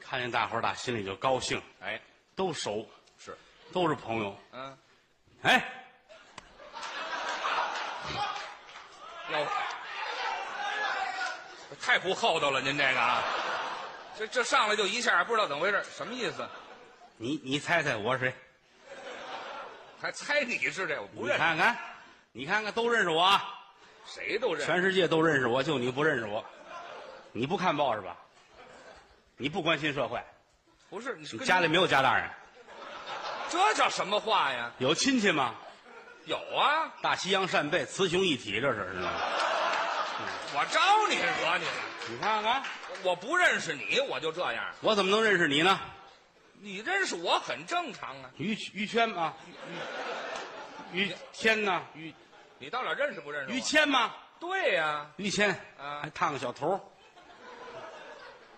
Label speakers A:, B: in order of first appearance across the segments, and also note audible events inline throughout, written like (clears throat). A: 看见大伙儿打心里就高兴，
B: 哎，
A: 都熟，
B: 是，
A: 都是朋友。
B: 嗯，
A: 哎，
B: 哟，太不厚道了，您这个啊，这这上来就一下，不知道怎么回事，什么意思？
A: 你你猜猜我是谁？
B: 还猜你是这？我不
A: 你
B: 认识，
A: 看看，你看看，都认识我啊，
B: 谁都认识。
A: 全世界都认识我，就你不认识我。你不看报是吧？你不关心社会，
B: 不是你
A: 你
B: 跟
A: 家里没有家大人，
B: 这叫什么话呀？
A: 有亲戚吗？
B: 有啊，
A: 大西洋扇贝，雌雄一体，这是知道吗？
B: 我招你是惹你了？
A: 你看看，
B: 我不认识你，我就这样。
A: 我怎么能认识你呢？
B: 你认识我很正常啊。
A: 于于谦吗？于于谦呢？于
B: 你到底认识不认识我？啊
A: 于谦吗？
B: 对呀、
A: 于谦
B: 啊
A: 还烫个小头儿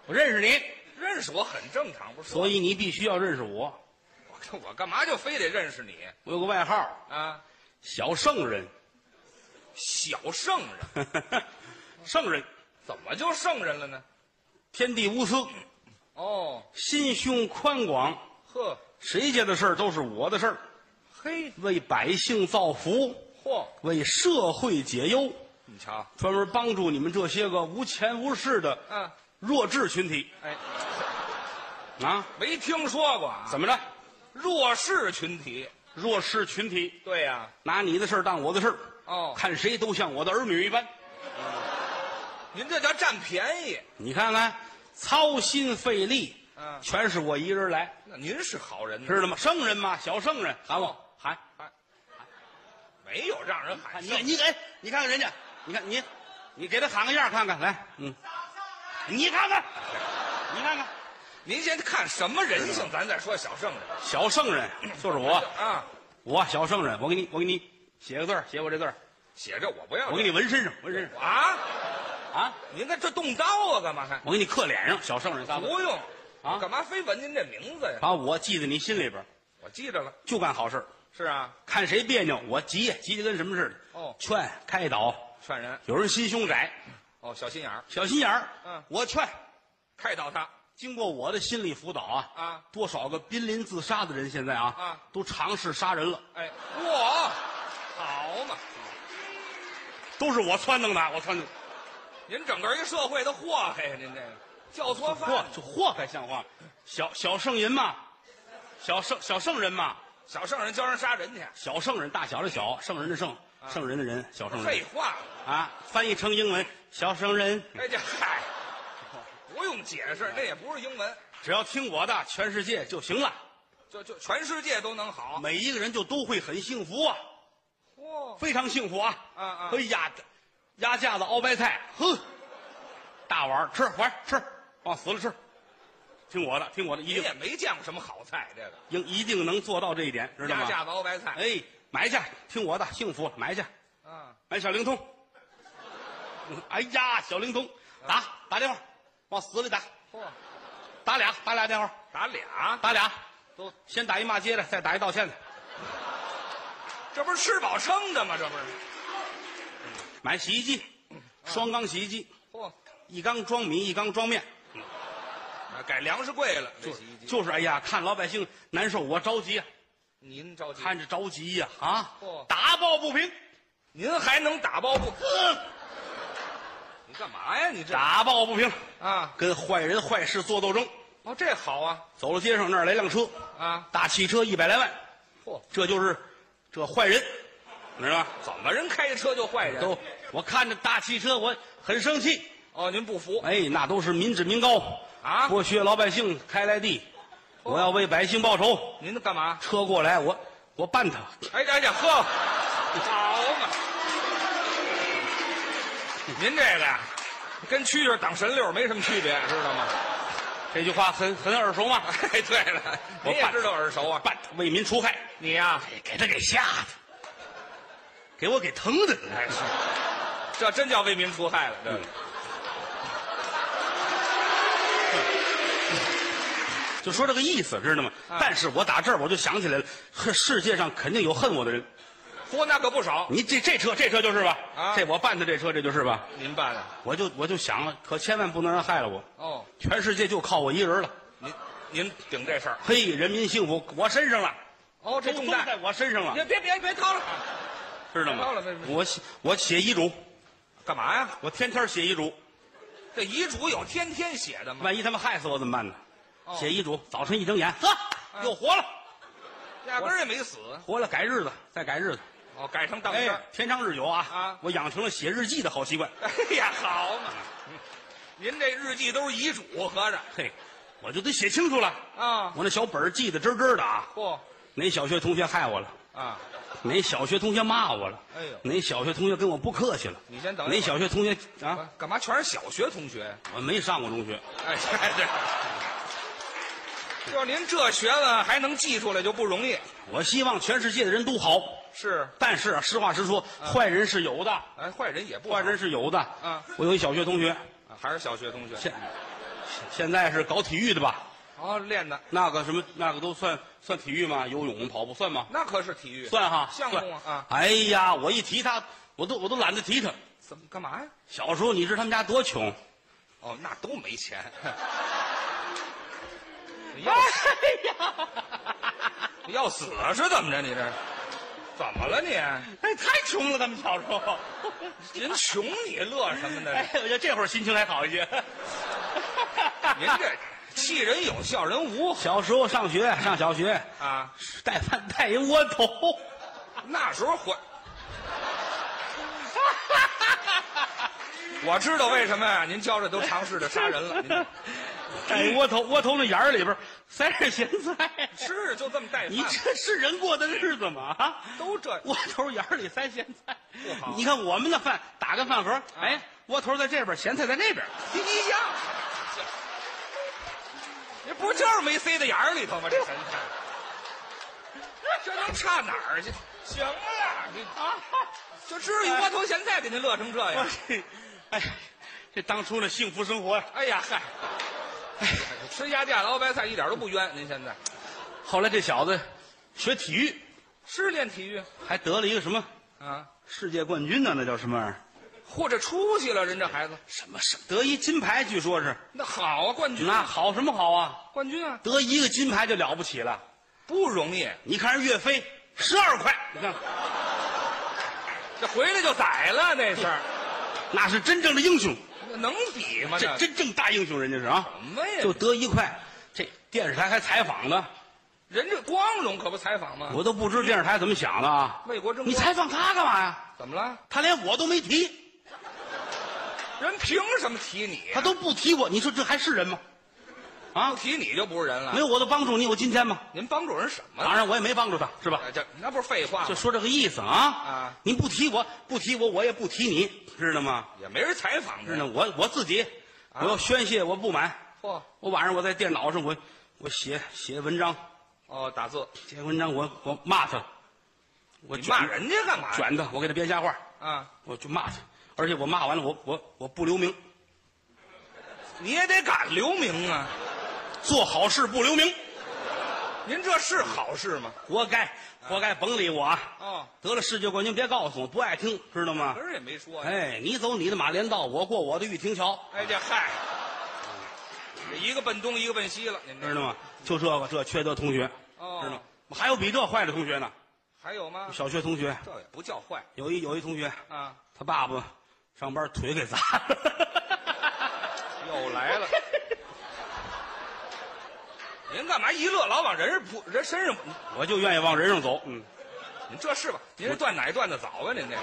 A: 我认识你，
B: 认识我很正常，不是？
A: 所以你必须要认识我。
B: 我我干嘛就非得认识你
A: 我有个外号，
B: 啊？
A: 小圣人，
B: 小圣人
A: 圣人，
B: 怎么就圣人了呢？
A: 天地无私，
B: 哦，
A: 心胸宽广，
B: 呵，
A: 谁家的事儿都是我的事儿，
B: 嘿，
A: 为百姓造福，
B: 嚯，
A: 为社会解忧，
B: 你瞧，
A: 专门帮助你们这些个无钱无势的
B: 嗯，
A: 弱智群体
B: 哎，
A: 啊！
B: 没听说过啊？
A: 怎么着？
B: 弱势群体？
A: 弱势群体
B: 对呀、
A: 拿你的事儿当我的事儿，
B: 哦，
A: 看谁都像我的儿女一般。
B: 您这叫占便宜。
A: 你看看，操心费力，
B: 嗯，
A: 全是我一人来，
B: 那您是好人呢，
A: 知道吗？圣人嘛，小圣人，喊我喊，
B: 没有让人喊
A: 你
B: 圣人
A: 你给，你看看人家，你看你，你给他喊个样看看，来，嗯，你看看，你看看，
B: 您先看什么人性，咱再说小圣人
A: 小圣人就是我，
B: 啊。
A: 我小圣人，我给你，我给你写个字儿，写我这字儿，
B: 写着我不要
A: 我给你纹身上，纹身上
B: 啊！
A: 啊，
B: 您看这动刀啊，干嘛还？
A: 我给你刻脸上，小圣人仨字儿，
B: 不用
A: 啊
B: 干嘛非纹您这名字呀？
A: 把我记在你心里边儿，
B: 我记着了，
A: 就干好事儿
B: 是啊，
A: 看谁别扭，我急急得跟什么似的，
B: 哦
A: 劝开导，
B: 劝人
A: 有人心胸窄。
B: 哦，小心眼儿，
A: 小心眼儿。
B: 嗯
A: 我劝，
B: 开导他
A: 经过我的心理辅导啊，
B: 啊！
A: 多少个濒临自杀的人现在啊，
B: 啊
A: 都尝试杀人了，
B: 哎，我好嘛，
A: 都是我撺掇的，我撺掇的，
B: 您整个一社会的祸害呀，您这个教
A: 祸
B: 唆犯，
A: 就祸害像话吗，小小圣人嘛，小圣小圣人嘛，
B: 小圣人教人杀人去，
A: 小圣人，大小的小，圣人的圣，圣人的人，小圣
B: 啊废
A: 人
B: 话，
A: 啊，翻译成英文，小圣人，
B: 哎这嗨，不用解释，那也不是英文，
A: 只要听我的，全世界就行了，
B: 就就全世界都能好，
A: 每一个人就都会很幸福啊，
B: 嚯，
A: 非常幸福啊，
B: 啊啊
A: 哎呀，鸭架子熬白菜，呵，大碗儿吃，碗儿吃，往死了吃，听我的，听我的，一
B: 您
A: 定
B: 也没见过什么好菜，这个
A: 应一定能做到这一点，知道
B: 鸭
A: 吗？
B: 架子熬白菜，
A: 哎，买去，听我的，幸福买去，
B: 啊，
A: 买小灵通。 (laughs) 哎呀，小灵通，打打电话，往死里打，
B: 嚯，
A: 打俩打俩电话，
B: 打俩，
A: 打俩，
B: 都
A: 先打一骂街的，再打一道歉的，
B: 这不是吃饱撑的吗？这不是，
A: 买洗衣机，双缸洗衣机，
B: 嚯，
A: 一缸装米，一缸装面。
B: 啊改粮食柜了，这洗衣机，
A: 就是哎呀，看老百姓难受，我着急啊，
B: 您着急，
A: 看着着急呀啊
B: 嚯
A: 打抱不平，
B: 您还能打抱不？你干嘛呀？你这
A: 打抱不平，
B: 啊？
A: 跟坏人坏事做斗争。
B: 哦，这好啊
A: 走到街上那儿来辆车，
B: 啊！
A: 大汽车一百来万，
B: 嚯，
A: 这就是这坏人，你知道吧？
B: 怎么人开车就坏人？
A: 都我看着大汽车我很生气，
B: 哦，您不服
A: 哎，那都是民脂民膏
B: 啊
A: 剥削老百姓开来地，
B: 嚯
A: 我要为百姓报仇。
B: 您干嘛？
A: 车过来我我办他，
B: 哎呀呀，呵，好嘛！您这个呀，跟蛐蛐儿挡神六没什么区别，知道吗？
A: 这句话很很耳熟嘛，
B: 哎，对了，你也
A: 办
B: 知道耳熟啊？
A: 办他为民除害。
B: 你呀，
A: 给他给吓的，给我给疼的。
B: 哎，是这真叫为民除害了，对吧？
A: 就说这个意思，知道吗？
B: 嗯
A: 但是我打这儿我就想起来了，呵，世界上肯定有恨我的人。
B: 嚯，那可不少。
A: 你这这车这车就是吧？
B: 啊
A: 这我办的这车这就是吧？
B: 您办的啊
A: 我就我就想了，可千万不能让害了我。
B: 哦，
A: 全世界就靠我一人了，
B: 您您顶这事儿。
A: 嘿，人民幸福我身上了，
B: 哦，这
A: 都
B: 重
A: 都在
B: 担，
A: 我身上了，
B: 别别别别掏了，
A: 知道
B: 别
A: 吗
B: 闹了别别？
A: 我写我写遗嘱，
B: 干嘛呀？
A: 我天天写遗嘱，
B: 这遗嘱有天天写的吗？
A: 万一他们害死我怎么办呢？
B: 哦
A: 写遗嘱，早晨一睁眼，呵，
B: 嗯
A: 又活了，
B: 压根儿也没死。
A: 活了改日子，再改日子，
B: 哦，改成当
A: 哎
B: 天。，
A: 天长日久啊！
B: 啊
A: 我养成了写日记的好习惯。
B: (laughs)
A: 嗯
B: 哎呀，好嘛，您这日记都是遗嘱，合着
A: 嘿，我就得写清楚了。
B: 啊？
A: 我那小本儿记得真真的啊，
B: 嚯
A: 哪小学同学害我了，
B: 啊！
A: 哪小学同学骂我了，
B: 哎呦
A: 哪小学同学跟我不客气了，
B: 你先等一会
A: 哪
B: 儿
A: 小学同学啊，
B: 啊干嘛全是小学同学呀？
A: 我没上过中学， (laughs)
B: 哎，这这，就您这学问还能记出来就不容易。
A: 我希望全世界的人都好，
B: 是，
A: 但是啊，实话实说，坏人是有的，
B: 哎，坏人也不好
A: 坏人是有的。
B: 嗯
A: 我有一小学同学，
B: 啊还是小学同学。
A: 现现在是搞体育的吧？
B: 哦，练的
A: 那个什么，那个都算算体育吗？游泳、跑步算吗？
B: 那可是体育
A: 算哈，
B: 项目啊
A: 算
B: 啊！
A: 哎呀，我一提他，我都我都懒得提他。
B: 怎么干嘛呀？
A: 小时候你知道他们家多穷，
B: 哦，那都
A: (laughs)
B: 没钱。要
A: 哎呀，
B: 要死是怎么着？你这怎么
A: (laughs)
B: 了你？
A: 哎，太穷了，他们小时候。
B: 您穷你乐什么呢？
A: 哎，我觉得这会儿心情还好一些。
B: 您这气人有笑人无
A: 小时候上学，上小学
B: 啊！
A: 带饭带一窝头，
B: 那时候
A: (laughs)
B: 还。我知道为什么呀、您教这都尝试着杀人
A: (laughs)
B: 了，您
A: 带一窝头，窝头那眼儿里边塞点咸菜。
B: 吃就这么带
A: 你
B: 饭，
A: 这是人过的日子吗？啊，
B: 都这
A: 窝头眼儿里塞咸菜
B: 不好。啊
A: 你看我们的饭打开饭盒，哎，窝头在这边，咸菜在那边。
B: 一样。这不就是没塞到眼儿里头吗？这神菜，这能差哪儿去？行了，你
A: 啊，
B: 就至于窝头咸菜给您乐成这样？
A: 我 (laughs) 哎，这当初的幸福生活呀。
B: 哎呀嗨，
A: 哎
B: 吃鸭架熬白菜一点都不冤。您现在
A: 后来这小子学体育，
B: 是练体育
A: 还得了一个什么
B: 啊？
A: 世界冠军呢？那叫什么玩意儿？
B: 嚯，这出息了，人这孩子
A: 什么什得一金牌？据说是
B: 那好啊，冠军
A: 那好什么好啊？
B: 冠军啊，
A: 得一个金牌就了不起了。
B: 不容易，
A: 你看人岳飞十二块，你看
B: 这回来就宰了那是，
A: 啊 (laughs) 那是真正的英雄，
B: 那能比吗？
A: 这
B: 这
A: 真正大英雄，人家是啊，
B: 什么呀？
A: 就得一块。这电视台还采访呢，
B: 人这光荣可不采访吗？
A: 我都不知电视台怎么想的啊！
B: 为国争光，
A: 你采访他干嘛呀？
B: 怎么了？
A: 他连我都没提，
B: 人凭什么提你？
A: 他都不提我，你说这还是人吗？啊
B: 不，提你就不是人
A: 没
B: 了。
A: 有我的帮助，你有今天吗？
B: 您帮助人什么
A: 当
B: 了？
A: 然，我也没帮助他，是吧？
B: 哎这那不是废话
A: 就
B: 吗？
A: 说这个意思啊！
B: 啊
A: 您不提我，不提我，我也不提你，知道吗？
B: 也没人采访
A: 知
B: 着。
A: 道我我自己，我要宣泄我不满。
B: 嚯，
A: 我晚上我在电脑上我我写写文章，
B: 哦，打字，
A: 写文章我我骂他，我
B: 你
A: 卷
B: 骂人家干嘛呀？
A: 卷他，我给他编瞎话，
B: 啊，
A: 我就骂他，而且我骂完了我我我不留名，
B: 你也得敢留名啊！
A: 做好事不留名，
B: 您这是好事吗？
A: 活该活该，甭理我啊！
B: 哦，
A: 得了世界冠军别告诉我，不爱听，知道吗
B: 可？是也没说呀。
A: 哎，你走你的马连道，我过我的玉亭桥。
B: 哎，这嗨，这一个奔东，一个奔西了，您这
A: 知道吗？就这个，这缺德同学，
B: 哦
A: 知道吗？还有比这坏的同学呢。
B: 还有吗？
A: 小学同学
B: 这也不叫坏
A: 有一有一同学，
B: 啊！
A: 他爸爸上班腿给砸了， (laughs)
B: 又来了。您干嘛一乐老往人上扑，人身上扑？
A: 我就愿意往人上走。嗯，
B: 您这是吧？您这断奶断的早啊！您这个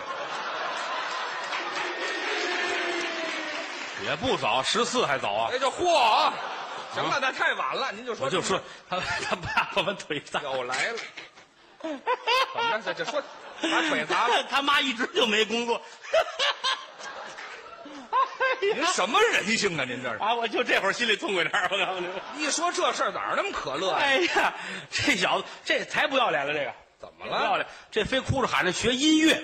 A: 也不早，十四还早啊。
B: 哎，这嚯啊！行了，那太晚了，您就说
A: 我就说他他爸爸把腿砸，
B: 又来了。怎么着？这这说把腿砸了？
A: 他妈一直就没工作。哎 (laughs)
B: 您
A: 呀
B: 什么人性啊？您这是
A: 啊！我就这会儿心里痛快点儿，我告诉你。
B: 一说这事儿哪儿那么可乐呀？
A: (laughs) 哎呀，这小子这才不要脸了，这个
B: 怎么
A: 不要
B: 了？
A: 脸，这非哭着喊着学音乐。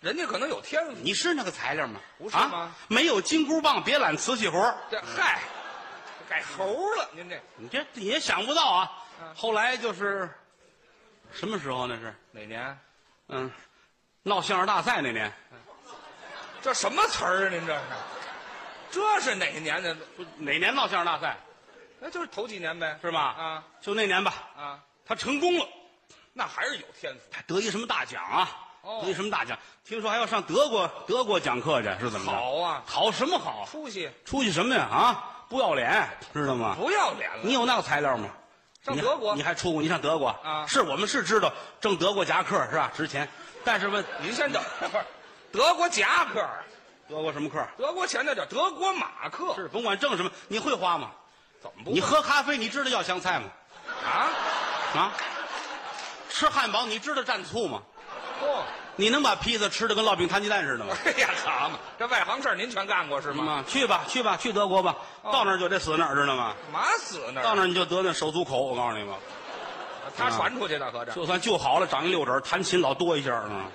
B: 人家可能有天赋。
A: 你是那个材料吗？
B: 不是吗
A: 啊没有金箍棒，别揽瓷器活儿
B: 这嗨，改猴了，您这
A: 你这也想不到啊。
B: 嗯
A: 后来就是什么时候那是？
B: 哪年？啊
A: 嗯，闹相声大赛那年，
B: 这什么词儿啊？您这是？这是哪年的？
A: 不哪年闹相声大赛？
B: 那就是头几年呗，
A: 是吧？
B: 啊，
A: 就那年吧，
B: 啊，
A: 他成功了，
B: 那还是有天赋。
A: 他得一什么大奖啊？
B: 哦
A: 得一什么大奖？听说还要上德国德国讲课去，是怎么着？
B: 好啊，
A: 好什么好？
B: 出息，
A: 出去什么呀？啊，不要脸，知道吗？
B: 不要脸了
A: 你有那个材料吗？
B: 上
A: 你
B: 德国
A: 你还出过？你上德国
B: 啊
A: 是我们是知道挣德国夹克是吧？值钱，但是问
B: 您先等一会儿，德国夹克，
A: 德国什么克？
B: 德国钱那叫德国马克，
A: 是甭管挣什么，你会花吗？
B: 怎么不
A: 你喝咖啡，你知道要香菜吗？
B: 啊？
A: 啊，吃汉堡，你知道蘸醋吗？
B: 哦，
A: 你能把披萨吃的跟烙饼摊鸡蛋似的吗？
B: 哎呀，好嘛，这外行事儿您全干过是
A: 是
B: 吗？
A: 吗？去吧，去吧，去德国吧，
B: 哦
A: 到那儿就得死那儿，知道吗？
B: 马死
A: 嗯
B: 那
A: 到
B: 儿，
A: 那儿你就得那手足口，我告诉你吧，
B: 他传出去的合着，
A: 就算就好了，长一六指儿，弹琴老多一下儿啊！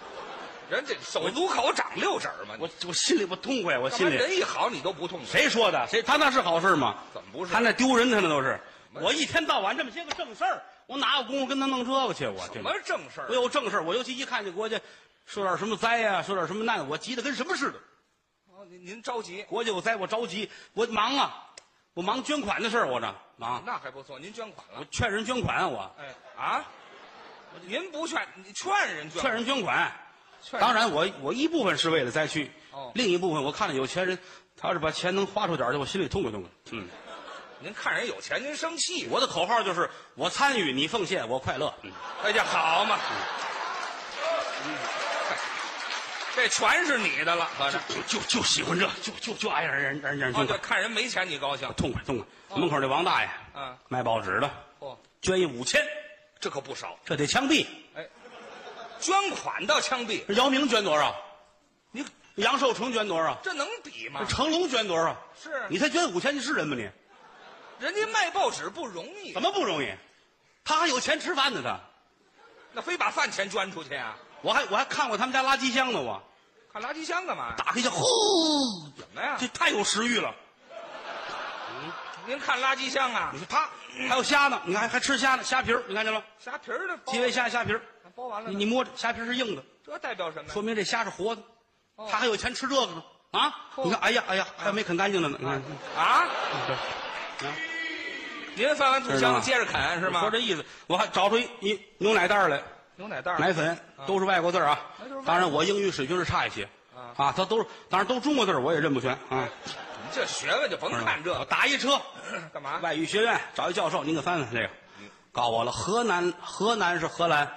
B: 人家手足口长六指儿嘛，
A: 我我心里不痛快，我
B: 干嘛
A: 心里
B: 人一好你都不痛快？
A: 谁说的？谁他那是好事吗？
B: 怎么不是
A: 他那丢人，他那都是。
B: 么
A: 我一天到晚这么些个正事儿，我哪有功夫跟他弄这个去？我
B: 什
A: 什
B: 么正事儿啊
A: 我？有正事儿，我尤其一看见国家受点什么灾呀、受点什么难，我急得跟什么似的。
B: 哦您您着急，
A: 国家有灾，我着急，我忙啊，我忙捐款的事儿，我这忙，
B: 那还不错，您捐款
A: 我
B: 了。
A: 劝人捐款，我
B: 哎啊，您不劝，你劝人捐，
A: 劝人捐款。
B: 劝人
A: 当然我，我一部分是为了灾区，
B: 哦
A: 另一部分我看着有钱人，他要是把钱能花出点儿去，我心里痛快痛快。嗯，
B: 您看人有钱您生气，
A: 我的口号就是我参与，你奉献，我快乐。嗯。
B: 哎呀，好嘛，这全啊是你的了，合着。
A: 就就就喜欢这，就就就爱让人让人
B: 哦，
A: 痛
B: 对，
A: 快，
B: 看人没钱你高兴，
A: 痛快痛
B: 啊
A: 快。门口那王大爷，
B: 嗯，
A: 卖报纸的，
B: 哦，
A: 捐一五千，
B: 这可不少。
A: 这得枪毙。
B: 哎，捐款到枪毙，
A: 姚明捐多少？
B: 你
A: 杨受成捐多少？
B: 这能比吗？
A: 成龙捐多少？
B: 是啊
A: 你才捐五千，你是人吗你？
B: 人家卖报纸不容易
A: 怎，么不容易？他还有钱吃饭呢，他。
B: 那非把饭钱捐出去啊？
A: 我还我还看过他们家垃圾箱呢，我
B: 看垃圾箱干嘛呀？
A: 打开一下，呼，
B: 什么呀
A: 这？太有食欲了。
B: 您看垃圾箱啊
A: 你，说他还有虾呢，你看还吃虾呢，虾皮儿，你看见了吗？
B: 虾皮儿的包啊
A: 基，围虾虾皮儿，
B: 包完了
A: 你
B: 呢，
A: 你摸着虾皮儿是硬的，
B: 这代表什么呀？
A: 说明这虾是活的，
B: 哦
A: 他还有钱吃这个呢啊！
B: 嚯
A: 你看，哎呀哎呀，还没啃干净了呢，你嗯看，
B: 啊，您翻完土
A: 知道吗
B: 箱接着啃是
A: 我
B: 吗
A: 说？这意思，我还找出一一牛奶袋来，
B: 牛奶袋儿
A: 奶粉都是外国字儿啊
B: 啊那就是外。国
A: 当然，我英语水平是差一些
B: 啊哎
A: 啊，他都是，当然都中国字儿我也认不全啊。
B: 你这学问就甭看这
A: 我
B: 个，
A: 打一车，
B: 干嘛？
A: 嗯外语学院找一教授，您给翻翻这个，
B: 嗯
A: 告我了。河南，河南是荷兰，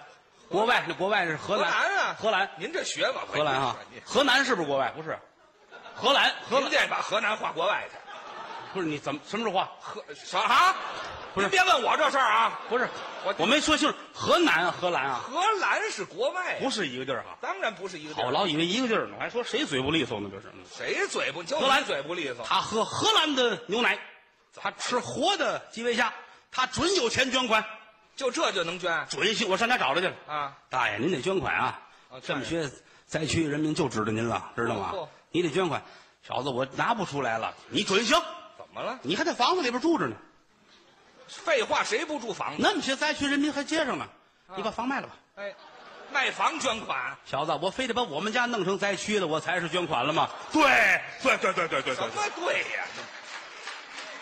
A: 国外那国外是荷
B: 荷
A: 兰，
B: 兰啊，
A: 荷兰，
B: 您这学问，
A: 荷兰啊，河南是不是国外？不是，荷兰，荷
B: 您
A: 兰
B: 这把河南划国外去，
A: 不是你怎么什么时候画？
B: 河啥啊？
A: 不是
B: 您别问我这事儿啊，
A: 不是，
B: 我
A: 我没说清楚，河南啊，荷兰啊，
B: 荷兰是国外呀，
A: 不是一个地儿啊。
B: 当然不是一个地
A: 好，
B: 儿。
A: 老以为一个地儿呢，我还说谁嘴不利索呢？这是，
B: 谁嘴不就
A: 荷兰
B: 你嘴不利索？
A: 他喝荷兰的牛奶，他吃活的基围虾，他准有钱捐款，
B: 就这就能捐
A: 准信。我上家找他去了。
B: 啊？
A: 大爷，您得捐款啊
B: 啊！
A: 这么些灾区人民就指着您了，知道
B: 哦
A: 吗
B: 哦？
A: 你得捐款，小子，我拿不出来了，你准行，
B: 怎么了？
A: 你还在房子里边住着呢。
B: 废话，谁不住房子？
A: 那么些灾区人民还接上了，
B: 啊
A: 你把房卖了吧。
B: 哎，卖房捐款，
A: 小子，我非得把我们家弄成灾区了，我才是捐款了吗？
B: 对对对对对对什么对呀？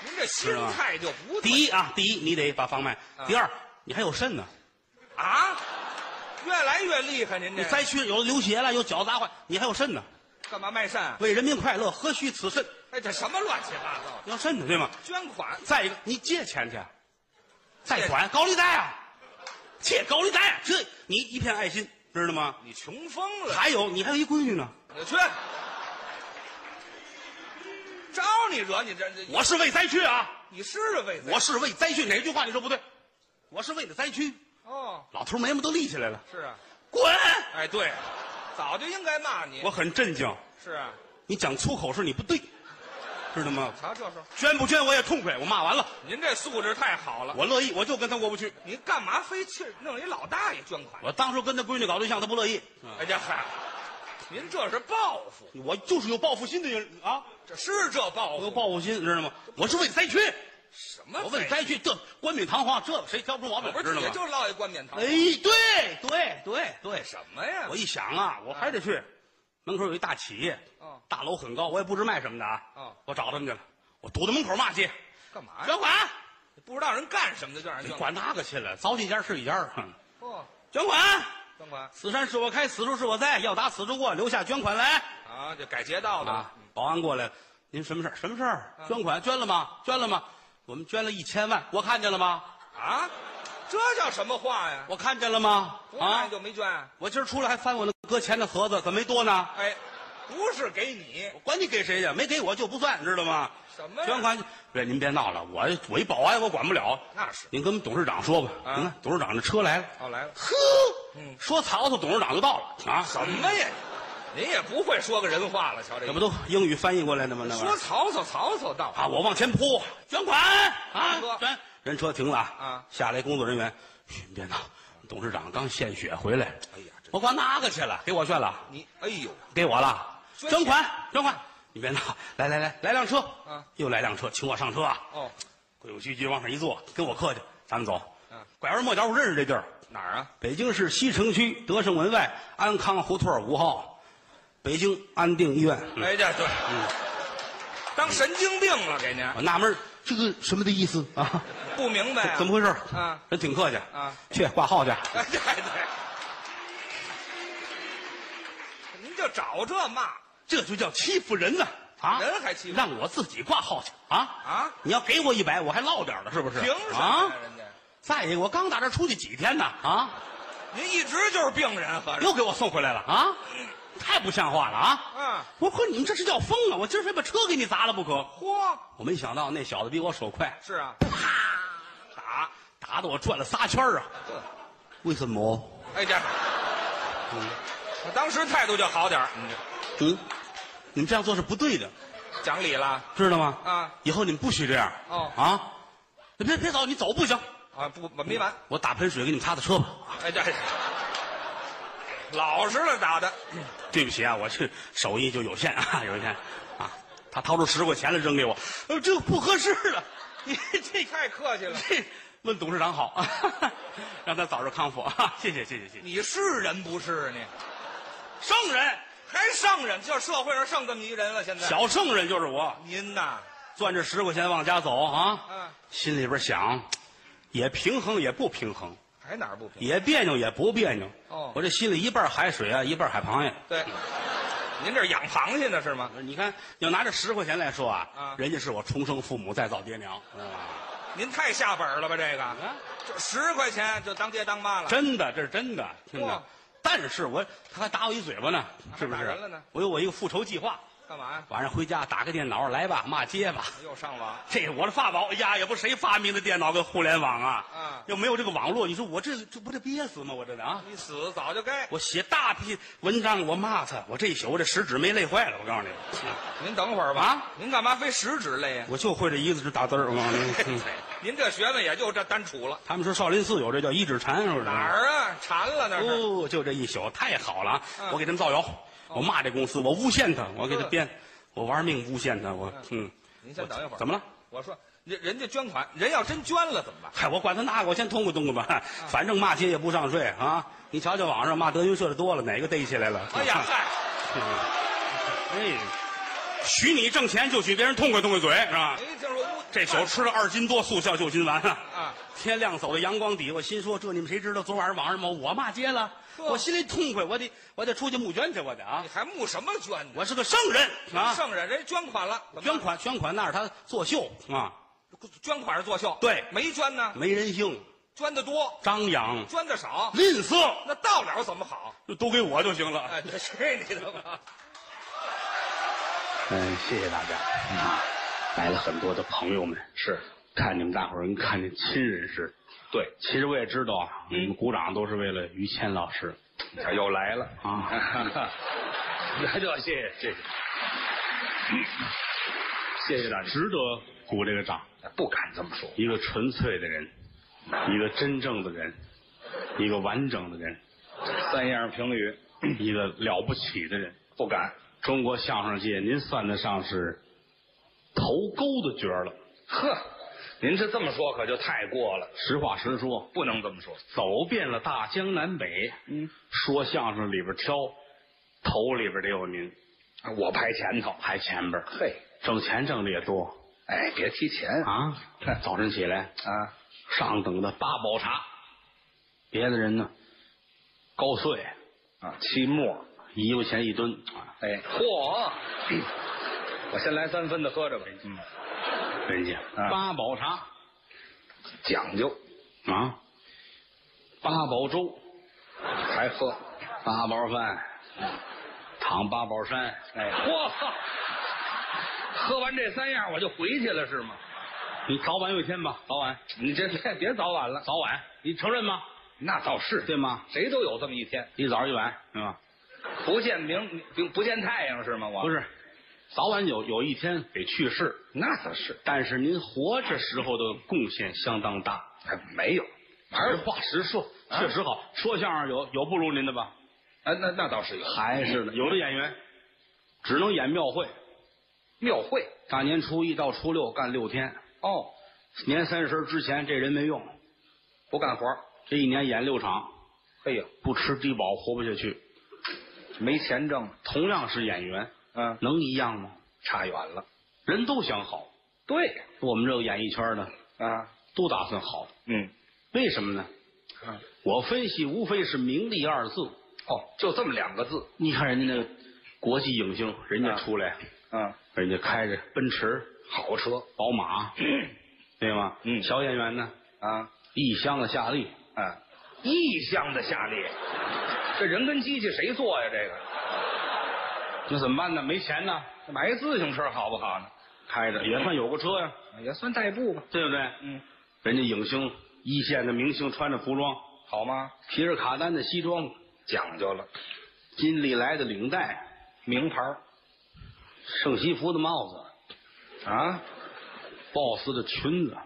B: 您这心
A: 啊
B: 态就不对
A: 第一啊，第一你得把房卖；
B: 啊
A: 第二，你还有肾呢。
B: 啊，越来越厉害，您
A: 你
B: 这
A: 灾区有流血了，有脚砸坏，你还有肾呢，
B: 干嘛卖肾？啊
A: 为人民快乐，何须此肾？
B: 哎，这什么乱七八糟的？
A: 要肾呢，对吗？
B: 捐款
A: 再一个，你借钱去，啊
B: 借
A: 贷款高利贷啊，借高利贷啊，这你一片爱心，知道吗？
B: 你穷疯了，
A: 还有，你还有一闺女呢，
B: 我去！招你惹你这这，
A: 我是为灾区啊，
B: 你是为
A: 我是为灾区，哪句话你说不对？我是为了灾区，
B: 哦，
A: 老头眉毛都立起来了，
B: 是啊，
A: 滚！
B: 哎对，早就应该骂你，
A: 我很震惊。
B: 是啊，
A: 你讲粗口是你不对，知道吗？
B: 瞧这时候，
A: 捐不捐我也痛快，我骂完了，
B: 您这素质太好了，
A: 我乐意，我就跟他过不去。
B: 您干嘛非去弄一老大爷捐款？
A: 我当初跟他闺女搞对象，他不乐意，嗯
B: 哎呀嗨，您这是报复，
A: 我就是有报复心的人啊，
B: 这是这报
A: 我有
B: 复
A: 报复心，知道吗？我是为灾区，
B: 什么？
A: 我问灾区这冠冕堂皇，这个谁挑不出毛病，
B: 不
A: 知
B: 是
A: 道
B: 也
A: 吗？
B: 就落一冠冕堂
A: 哎，对对对对，
B: 什么呀
A: 我？一想啊，我还得去，门口有一大企业
B: 哦，
A: 大楼很高，我也不知卖什么的
B: 哦哎
A: 啊，我找他们去了，我堵在门口骂街，
B: 干嘛呀？
A: 捐款，
B: 不知道人干什么的就让人捐款。
A: 管那个去了，早几家是一家。哼
B: 哦，
A: 捐款，
B: 捐款
A: 此山是我开，此处是我在，要打此处过，留下捐款来。
B: 啊，嗯就改街道的
A: 啊，保安过来了，您什么事儿？什么事儿？捐款捐了吗？捐了吗？我们捐了一千万，我看见了吗？
B: 啊，这叫什么话呀？
A: 我看见了吗？
B: 不
A: 啊
B: 看，就没捐。
A: 我今儿出来还翻我那搁钱的盒子，怎么没多呢？
B: 哎，不是给你
A: 我管你给谁去，没给我就不算，知道吗？
B: 什么呀
A: 捐款，对，您别闹了，我我一保安我管不了。
B: 那是
A: 您跟我们董事长说吧。
B: 啊
A: 您看董事长的车来了，
B: 哦来了
A: 呵，说曹操，董事长就到了啊。
B: 什么呀？您也不会说个人话了，瞧这
A: 这不都英语翻译过来的吗？嗯那玩意
B: 说
A: 儿
B: 曹操，曹操到
A: 啊，我往前扑，捐款啊
B: 大哥，
A: 捐。人车停了
B: 啊
A: 下来工作人员，嘘，别闹，董事长刚献血回来。
B: 哎呀这
A: 我管哪个去了？给我去了。
B: 你，哎呦，
A: 给我了，
B: 捐
A: 捐款，捐款！你别闹，来来来，来辆车，
B: 嗯，
A: 又来辆车，请我上车啊！
B: 哦，
A: 规规矩矩往上一坐，跟我客气，咱们走。
B: 嗯，
A: 拐弯抹角，我认识这地儿，
B: 哪儿啊？
A: 北京市西城区德胜门外安康胡同五号，北京安定医院。嗯
B: 哎，这对，当神经病了，给您
A: 我纳闷儿这个什么的意思啊？
B: 不明白啊
A: 怎么回事？
B: 啊，
A: 人挺客气
B: 啊，
A: 去挂号去。
B: 哎，对对，您就找这骂
A: 这就叫欺负人呐！啊，
B: 人还欺负
A: 让我自己挂号去啊
B: 啊！
A: 你要给我一百，我还落点儿了，是不是？
B: 凭什么
A: 啊
B: 呀？？人家
A: 再一个，我刚打这出去几天呢，啊，
B: 您一直就是病人，啊合着
A: 又给我送回来了啊，太不像话了啊！
B: 嗯
A: 我说你们这是要疯啊！我今儿非把车给你砸了不可。
B: 嚯，
A: 我没想到那小子比我手快，
B: 是啊，
A: 打打的我转了仨圈儿啊！
B: 这
A: 为什么？
B: 哎这，我当时态度就好点儿，嗯
A: 嗯，你们这样做是不对的，
B: 讲理了
A: 知道吗？
B: 啊
A: 以后你们不许这样。
B: 哦
A: 啊，别别走，你走不行。
B: 啊！不，我没完，
A: 我打盆水给你们擦擦车吧。啊
B: 哎这，老实了打的，
A: 对不起啊，我这手艺就有限啊，有限啊。他掏出十块钱来扔给我，呃，这不合适了，你这
B: 太客气了。
A: 这问董事长好， (laughs) 让他早日康复啊！谢谢谢谢谢谢。
B: (laughs) 你是人不是你？
A: 圣人，
B: 还圣人？这社会上剩这么一人了，现在
A: 小圣人就是我，
B: 您呐，
A: 攥着十块钱往家走啊，
B: 嗯，
A: 心里边想，也平衡也不平衡，
B: 还哪儿不平？
A: 也别扭也不别扭。
B: 哦
A: 我这心里一半海水啊，一半海螃蟹。
B: 对，您这养螃蟹呢是吗？
A: 呃你看，要拿这十块钱来说啊，
B: 啊
A: 人家是我重生父母再造爹娘，嗯知道吗？
B: 您太下本了吧？这个，
A: 啊，
B: 这十块钱就当爹当妈了。
A: 真的，这是真的，真的
B: 哇。
A: 但是我他还打我一嘴巴呢，
B: 还
A: 是不
B: 打
A: 是
B: 人了呢？
A: 我有我一个复仇计划，
B: 干嘛呀？
A: 晚上回家打开电脑，来吧，骂街吧。
B: 又上网，
A: 这是我的法宝，哎呀，也不谁发明的电脑跟互联网啊，
B: 啊
A: 要没有这个网络，你说我这这不得憋死吗？我这得啊，
B: 你死早就该。
A: 我写大批文章，我骂他，我这一宿我这食指没累坏了，我告诉你， (laughs)
B: 您等会儿吧。
A: 啊，
B: 您干嘛非食指累呀？
A: 我就会这一个字打字儿，我告诉你。嗯
B: (laughs) 您这学问也就这单杵了。
A: 他们说少林寺有这叫一指禅，是不是？
B: 哪？儿啊？馋了那是。
A: 哦，就这一宿太好了啊，
B: 嗯哦
A: 我给他们造谣，我骂这公司，我诬陷他，我给他编，我玩命诬陷他，我嗯，
B: 您先等一会儿。
A: 怎么了？
B: 我说，人人家捐款，人要真捐了怎么办？
A: 嗨，我管他那个，我先痛快痛快吧。
B: 嗯
A: 反正骂街也不上税啊！你瞧瞧网上骂德云社的多了，哪个逮起来了？(laughs)
B: 哎呀，嗨，
A: 哎，许你挣钱就许别人痛快痛快嘴是吧？
B: 没听说过。
A: 这宿吃了二斤多速效救心丸啊！
B: 啊，
A: 天亮走到阳光底，我心说这你们谁知道？昨晚上网上嘛，我骂街了，
B: 呵
A: 我心里痛快，我得我得出去募捐去，我得啊
B: 你！还募什么捐呢？
A: 我是个圣人啊！
B: 圣人人家捐款了，怎么
A: 捐款捐款那是他作秀啊，
B: 捐款是作秀？
A: 对
B: 没捐呢，
A: 没人性，
B: 捐的多，
A: 张扬，
B: 捐的少，
A: 吝啬，
B: 那到了怎么好？
A: 就都给我就行了。
B: 哎，这是你的吧？
A: 嗯，谢谢大家啊，来了很多的朋友们，
B: 是，
A: 看你们大伙儿跟看见亲人似的。
B: 对，
A: 其实我也知道啊，你们鼓掌都是为了于谦老师
B: 又来了
A: 啊。
B: 那就谢谢谢谢，谢谢大家，
A: 值得鼓这个掌。
B: 不敢这么说，
A: 一个纯粹的人，一个真正的人，一个完整的人，
B: 三样评语
A: 一个了不起的人。
B: 不敢，
A: 中国相声界，您算得上是头钩的角儿了。
B: 呵，您是这么说可就太过了，
A: 实话实说，
B: 不能这么说，
A: 走遍了大江南北，
B: 嗯，
A: 说相声里边挑，头里边得有您，
B: 啊我排前头，
A: 排前边儿，
B: 嘿，
A: 挣钱挣的也多，
B: 哎，别提钱
A: 啊！早晨起来，
B: 啊！
A: 上等的八宝茶，别的人呢，高碎
B: 啊
A: 期末一块钱一吨啊，
B: 哎，嚯！我先来三分的喝着吧，嗯，
A: 人家
B: 啊
A: 八宝茶
B: 讲究，
A: 啊，八宝粥，
B: 还喝，嗯
A: 八宝饭，躺八宝山，
B: 哎，嚯！ (laughs) 喝完这三样我就回去了是吗？
A: 你早晚有一天吧，早晚
B: 你这别别早晚了，
A: 早晚，你承认吗？
B: 那倒是，
A: 对吗？
B: 谁都有这么一天，
A: 一早一晚，对吗？
B: 不见明明不见太阳是吗？我
A: 不是，早晚有有一天得去世，
B: 那倒是，
A: 但是您活着时候的贡献相当大。
B: 哎，没有，还是
A: 实话实说，
B: 啊
A: 确实好。说相声有有不如您的吧？
B: 啊，那那倒是有
A: 还是的，有的演员只能演庙会，
B: 庙会
A: 大年初一到初六干六天，
B: 哦，
A: 年三十之前这人没用，
B: 不干活，
A: 这一年演六场，
B: 哎呦，
A: 不吃低保活不下去。
B: 没钱挣，
A: 同样是演员，
B: 嗯，
A: 能一样吗？
B: 差远了。
A: 人都想好，
B: 对
A: 我们这个演艺圈的
B: 啊，
A: 都打算好，
B: 嗯，
A: 为什么呢？
B: 啊
A: 我分析无非是名利二字。
B: 哦，就这么两个字，
A: 你看人家那个国际影星，人家
B: 啊
A: 出来，
B: 嗯，
A: 人家开着奔驰、
B: 好车
A: 宝
B: (clears throat)
A: 马，对吗？
B: 嗯
A: 小演员呢，
B: 啊，
A: 一箱子夏利，
B: 啊，异乡的夏利，这人跟机器谁做呀？这个
A: 那怎么办呢？没钱呢，
B: 买一自行车好不好呢？
A: 开着也算有个车呀，
B: 也算代步吧，
A: 对不对？
B: 嗯，
A: 人家影星一线的明星穿着服装，
B: 好吗？
A: 皮尔卡丹的西装，
B: 讲究了，
A: 金利来的领带，
B: 名牌儿
A: 圣西服的帽子
B: 啊，
A: ，BOSS 的裙子，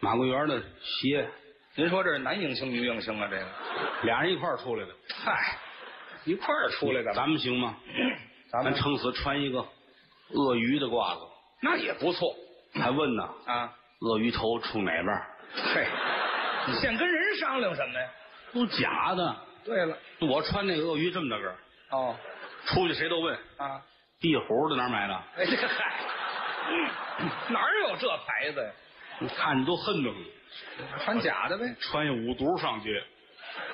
A: 马桂园的鞋，
B: 您说这是男影星女影星啊？这个，
A: 俩人一块儿出来的，
B: 嗨，一块儿出来的，
A: 咱们行吗？
B: 咱们
A: 撑死穿一个鳄鱼的褂子，
B: 那也不错
A: 还问呢，
B: 啊。
A: 鳄鱼头冲哪边儿？
B: 嘿，你现跟人商量什么呀？
A: 都假的。
B: 对了，
A: 我穿那个鳄鱼这么大个儿，
B: 哦
A: 出去谁都问
B: 啊，
A: 壁虎的哪儿买的？
B: 哎这个嗨，嗯哪儿有这牌子呀？
A: 你看着都恨得慌。
B: 穿假的呗，
A: 穿一五毒上街，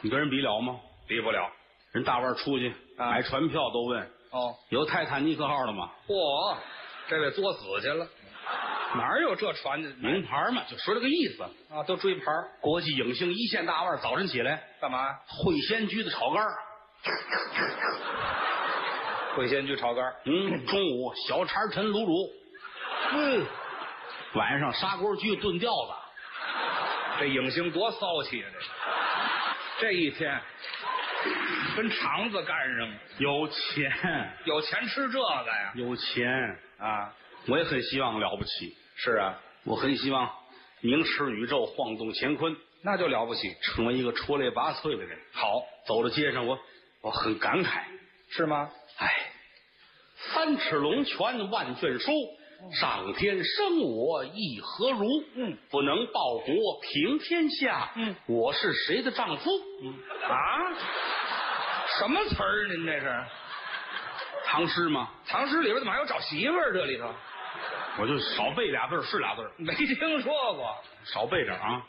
A: 你跟人比了吗？
B: 比不了。
A: 人大腕儿出去、
B: 啊
A: 买船票都问
B: 哦，
A: 有泰坦尼克号的吗？
B: 嚯，这位作死去了，哪儿有这船的？
A: 名牌嘛，就说这个意思。
B: 啊，都追牌儿
A: 国际影星一线大腕儿早晨起来
B: 干嘛？
A: 烩鲜居的炒肝儿
B: 会仙居炒肝儿
A: 嗯，中午小肠陈卤煮，嗯，晚上砂锅居炖吊子，
B: 这影星多骚气啊！这个这一天跟肠子干上了，
A: 有钱，
B: 有钱吃这个呀？
A: 有钱，
B: 啊，
A: 我也很希望了不起，
B: 是啊，
A: 我很希望凝视宇宙，晃动乾坤，
B: 那就了不起，
A: 成为一个出类拔萃的人。
B: 好
A: 走到街上我，我很感慨，
B: 是吗？
A: 哎，三尺龙泉万卷书，上天生我亦何如？
B: 嗯，
A: 不能报国平天下。
B: 嗯，
A: 我是谁的丈夫？
B: 啊，什么词儿？啊您这是
A: 唐诗吗？
B: 唐诗里边怎么还有找媳妇儿？这里头
A: 我就少背俩字儿是俩字儿，
B: 没听说过
A: 少背点儿啊，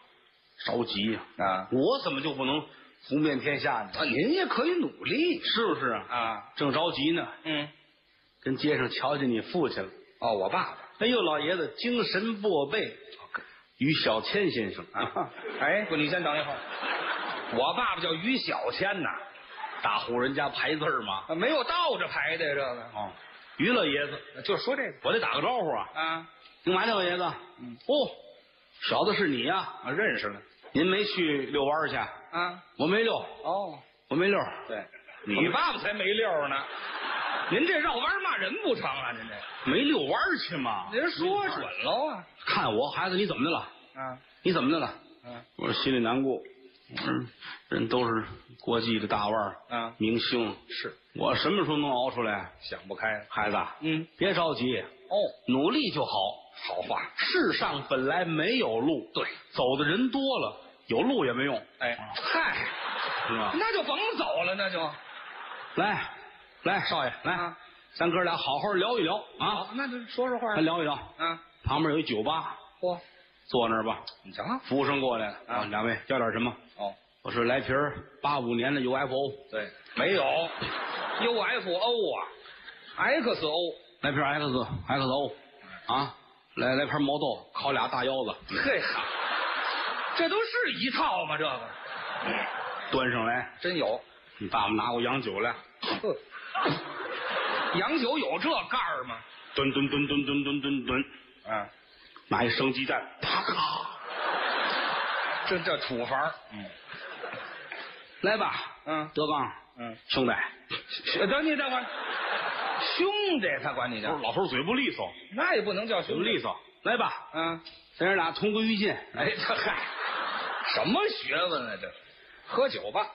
A: 着急呀、
B: 啊。
A: 我怎么就不能红遍天下呢？
B: 啊，您也可以努力
A: 是不是啊？
B: 啊。
A: 正着急呢，
B: 嗯，
A: 跟街上瞧见你父亲了。
B: 哦，我爸哦
A: 哎
B: 爸
A: 呦，老爷子精神勃勃，于小谦先生
B: 啊 (laughs)
A: 啊，。
B: 哎，不，你先等一会儿。我爸爸叫于小谦呐，
A: 大户人家排字儿嘛。
B: 啊没有倒着排的这个，
A: 哦，于老爷子，
B: 就说这个
A: 我得打个招呼啊。
B: 啊。
A: 干嘛呢，老爷子？
B: 嗯
A: 哦，小子是你呀、
B: 啊，认识了
A: 您没去遛弯儿去？
B: 啊。
A: 我没遛，
B: 哦，
A: 我没遛。
B: 对，
A: 你
B: 你爸爸才没溜呢。您这绕弯骂人不成啊？您这
A: 没遛弯儿去吗？
B: 您说准喽啊
A: 看我孩子，你怎么的了？
B: 啊
A: 你怎么的了？
B: 嗯
A: 我心里难过。嗯，人都是国际的大腕儿
B: 啊
A: 明星，
B: 是
A: 我什么时候能熬出来？
B: 想不开了。
A: 孩子，
B: 嗯，
A: 别着急，
B: 哦，
A: 努力就好。
B: 好话，
A: 世上本来没有路，
B: 对，
A: 走的人多了，有路也没用，
B: 哎，嗨，
A: 是吧？
B: 那就甭走了，那就
A: 来，来，少爷，来，
B: 啊
A: 咱哥俩好好聊一聊啊，
B: 好，那就说说话
A: 咱聊一聊。
B: 啊，
A: 旁边有一酒吧，
B: 嚯，
A: 坐那儿吧。
B: 你瞧，
A: 服务生过来了
B: 啊
A: 两位要点什么？
B: 哦，
A: 我说来瓶八五年的 UFO，
B: 对，没有 UFO 啊，XO，
A: 来瓶 X XO，啊，来来盘毛豆，烤俩大腰子，
B: 嘿哈，这都是一套吗？这个
A: 端上来。
B: 真有，
A: 你爸爸拿过洋酒来，
B: 哼洋酒有这盖儿吗？
A: 吨吨吨吨吨吨吨吨，
B: 啊，
A: 拿一生鸡蛋，啪咔，
B: 这这土房儿，
A: 来吧，
B: 嗯
A: 德刚
B: 嗯，呃
A: 兄 (laughs) 弟，
B: 等你等会儿，兄弟才管你
A: 不是
B: 叫，
A: 老头儿嘴不利索，
B: 那也不能叫
A: 嘴不
B: 兄
A: 哦利
B: 弟，
A: 索，来吧，
B: 嗯，
A: 咱爷俩同归于尽。
B: 哎，这嗨，什么学问啊这？喝酒吧，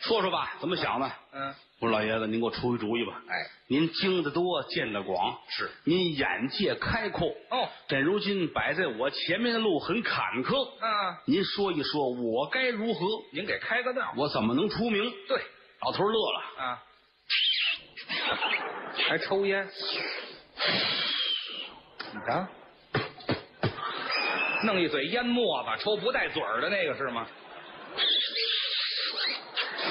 A: 说说吧，怎么想的？
B: 嗯，
A: 我说老爷子，您给我出一主意吧。
B: 哎，
A: 您经得多，见得广，
B: 是
A: 您眼界开阔。
B: 哦，
A: 这如今摆在我前面的路很坎坷，
B: 啊，
A: 您说一说我该如何？
B: 您给开个道，
A: 我怎么能出名？
B: 对，
A: 老头儿乐了，
B: 啊，还抽烟，你瞧，弄一嘴烟沫子，抽不带嘴儿的那个是吗？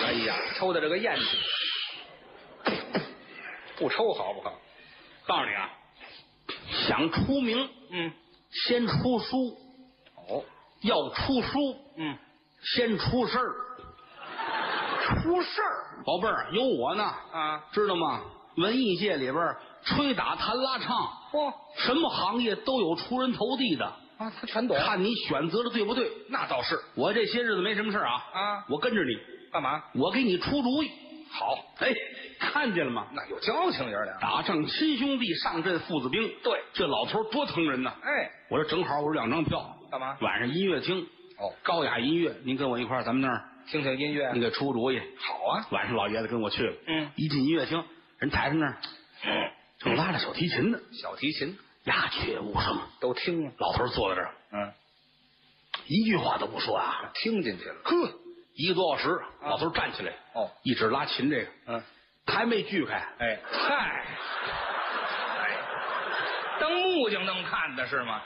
B: 哎呀，抽的这个咽气，不抽好不好？
A: 告诉你啊，想出名，
B: 嗯，
A: 先出书，
B: 哦，
A: 要出书，
B: 嗯，
A: 先出事儿。
B: 出事儿
A: 宝贝儿，有我呢，
B: 啊，
A: 知道吗？文艺界里边儿吹打弹拉唱，
B: 嚯、
A: 什么行业都有出人头地的，
B: 啊，他全懂，
A: 看你选择的对不对。
B: 那倒是
A: 我这些日子没什么事儿啊，
B: 啊
A: 我跟着你，
B: 干嘛？
A: 我给你出主意。
B: 好，
A: 哎，看见了吗？
B: 那有交情爷儿俩，
A: 打仗亲兄弟，上阵父子兵。
B: 对
A: 这老头儿多疼人呐！
B: 哎，
A: 我说正好，我有两张票，
B: 干嘛？
A: 晚上音乐厅，
B: 哦，
A: 高雅音乐，您跟我一块儿，咱们那儿
B: 听听音乐
A: 你，给出主意。
B: 好啊。
A: 晚上老爷子跟我去了，
B: 嗯
A: 一进音乐厅，人台上那儿正拉着小提琴呢，
B: 小提琴
A: 鸦雀无声。
B: 都听了，
A: 老头儿坐在这儿，
B: 嗯，
A: 一句话都不说啊。
B: 听进去了。
A: 呵，一个多小时，老头儿站起来，
B: 哦，
A: 一指拉琴这个，
B: 嗯，
A: 还没锯开，
B: 哎，嗨，哎，当木匠弄看的是吗？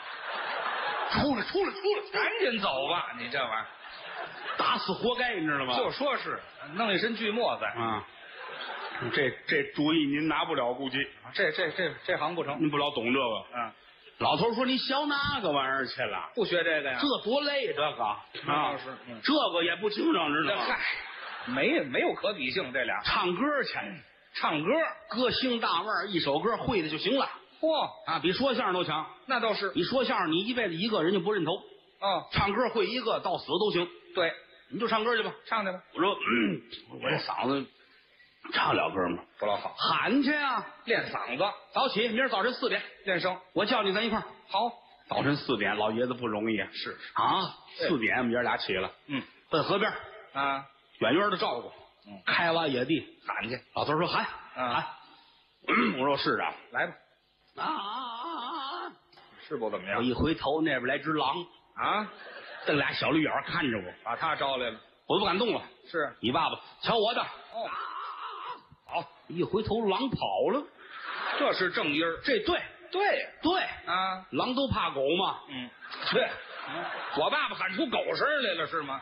A: 出来，出来，出来，
B: 赶紧走吧，你这玩意儿
A: 打死活该，你知道吗？
B: 就说是弄一身锯沫子，
A: 啊，这这主意您拿不了，估计
B: 啊这这这这行不成。
A: 您不老懂这个。
B: 嗯，
A: 老头儿说：“你学那个玩意儿去了，
B: 不学这个呀？
A: 这多累，这个
B: 那
A: 啊
B: 倒是嗯，
A: 这个也不轻省，知
B: 这
A: 道吗
B: 嗨？，没没有可比性，这俩
A: 唱歌去，
B: 唱歌，
A: 歌星大腕儿一首歌会的就行了
B: 嚯，
A: 啊，比说相声都强。
B: 那倒是
A: 你说相声，你一辈子一个人就不认头，
B: 哦，
A: 唱歌会一个到死都行，
B: 对，
A: 你就唱歌去吧。”
B: 唱去吧，
A: 我说：“嗯，我这嗓子唱不了歌吗？
B: 不老好，
A: 喊去啊！
B: 练嗓子，
A: 早起，明儿早晨四点，
B: 练声，
A: 我叫你，咱一块儿。”
B: 好，
A: 早晨四点，老爷子不容易啊。
B: 是
A: 啊，
B: 对
A: 四点我们爷俩起了，
B: 嗯
A: 奔河边，
B: 啊，
A: 远远的照顾
B: 嗯，
A: 开挖野地。
B: 喊去，
A: 老头说喊
B: 嗯
A: 喊，嗯我说是啊
B: 来吧，
A: 啊啊啊！
B: 是不怎么
A: 我一回头，那边来只狼，
B: 哎啊，
A: 瞪俩小绿眼儿看着我，
B: 把他招来了。
A: 我都不敢动了。
B: 是，
A: 你爸爸瞧我的，
B: 哦，好，
A: 一回头狼跑了。
B: 这是正音儿。
A: 这对
B: 对
A: 对，
B: 啊，
A: 狼都怕狗嘛。
B: 嗯，对，我爸爸喊出狗声来了是吗？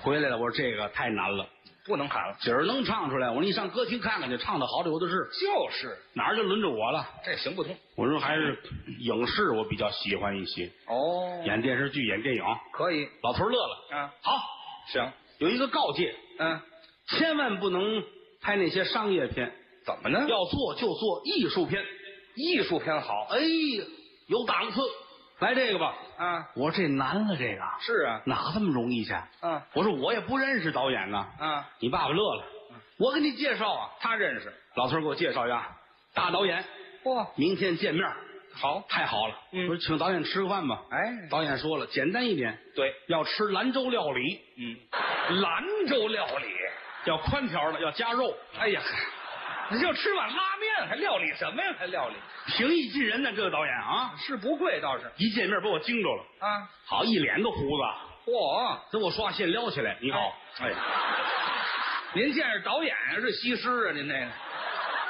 A: 回来了，我说这个太难了，
B: 不能喊了，
A: 今儿能唱出来。我说你上歌厅看看去，唱的好的有的是，
B: 就是
A: 哪儿就轮着我了。
B: 这行不通。
A: 我说还是影视我比较喜欢一些，
B: 哦
A: 演电视剧、演电影。
B: 可以
A: 老头儿乐了，
B: 啊，
A: 好，
B: 行，
A: 有一个告诫，
B: 嗯，
A: 千万不能拍那些商业片，
B: 怎么呢？
A: 要做就做艺术片。
B: 艺术片好
A: 哎，有档次，来这个吧。
B: 啊，
A: 我说这难了，这个
B: 是啊，
A: 哪这么容易去？
B: 啊
A: 我说我也不认识导演呢。
B: 啊，
A: 你爸爸乐了，我给你介绍啊，
B: 他认识，
A: 老头儿给我介绍一下大导演，
B: 嚯，
A: 明天见面儿，
B: 好，
A: 太好了。
B: 嗯
A: 我说请导演吃个饭吧。
B: 哎，
A: 导演说了，简单一点，
B: 对，
A: 要吃兰州料理，
B: 嗯，兰州料理，
A: 要宽条的，要加肉，
B: 哎呀，你就吃碗拉面还料理什么呀？还料理
A: 平易近人呢。这个导演啊，
B: 是不贵倒是
A: 一见面把我惊着了，
B: 啊，
A: 好一脸的胡子，
B: 嚯。
A: 跟我说话线撩起来。你好，
B: 哎，您见着导演啊，是西施啊，您那个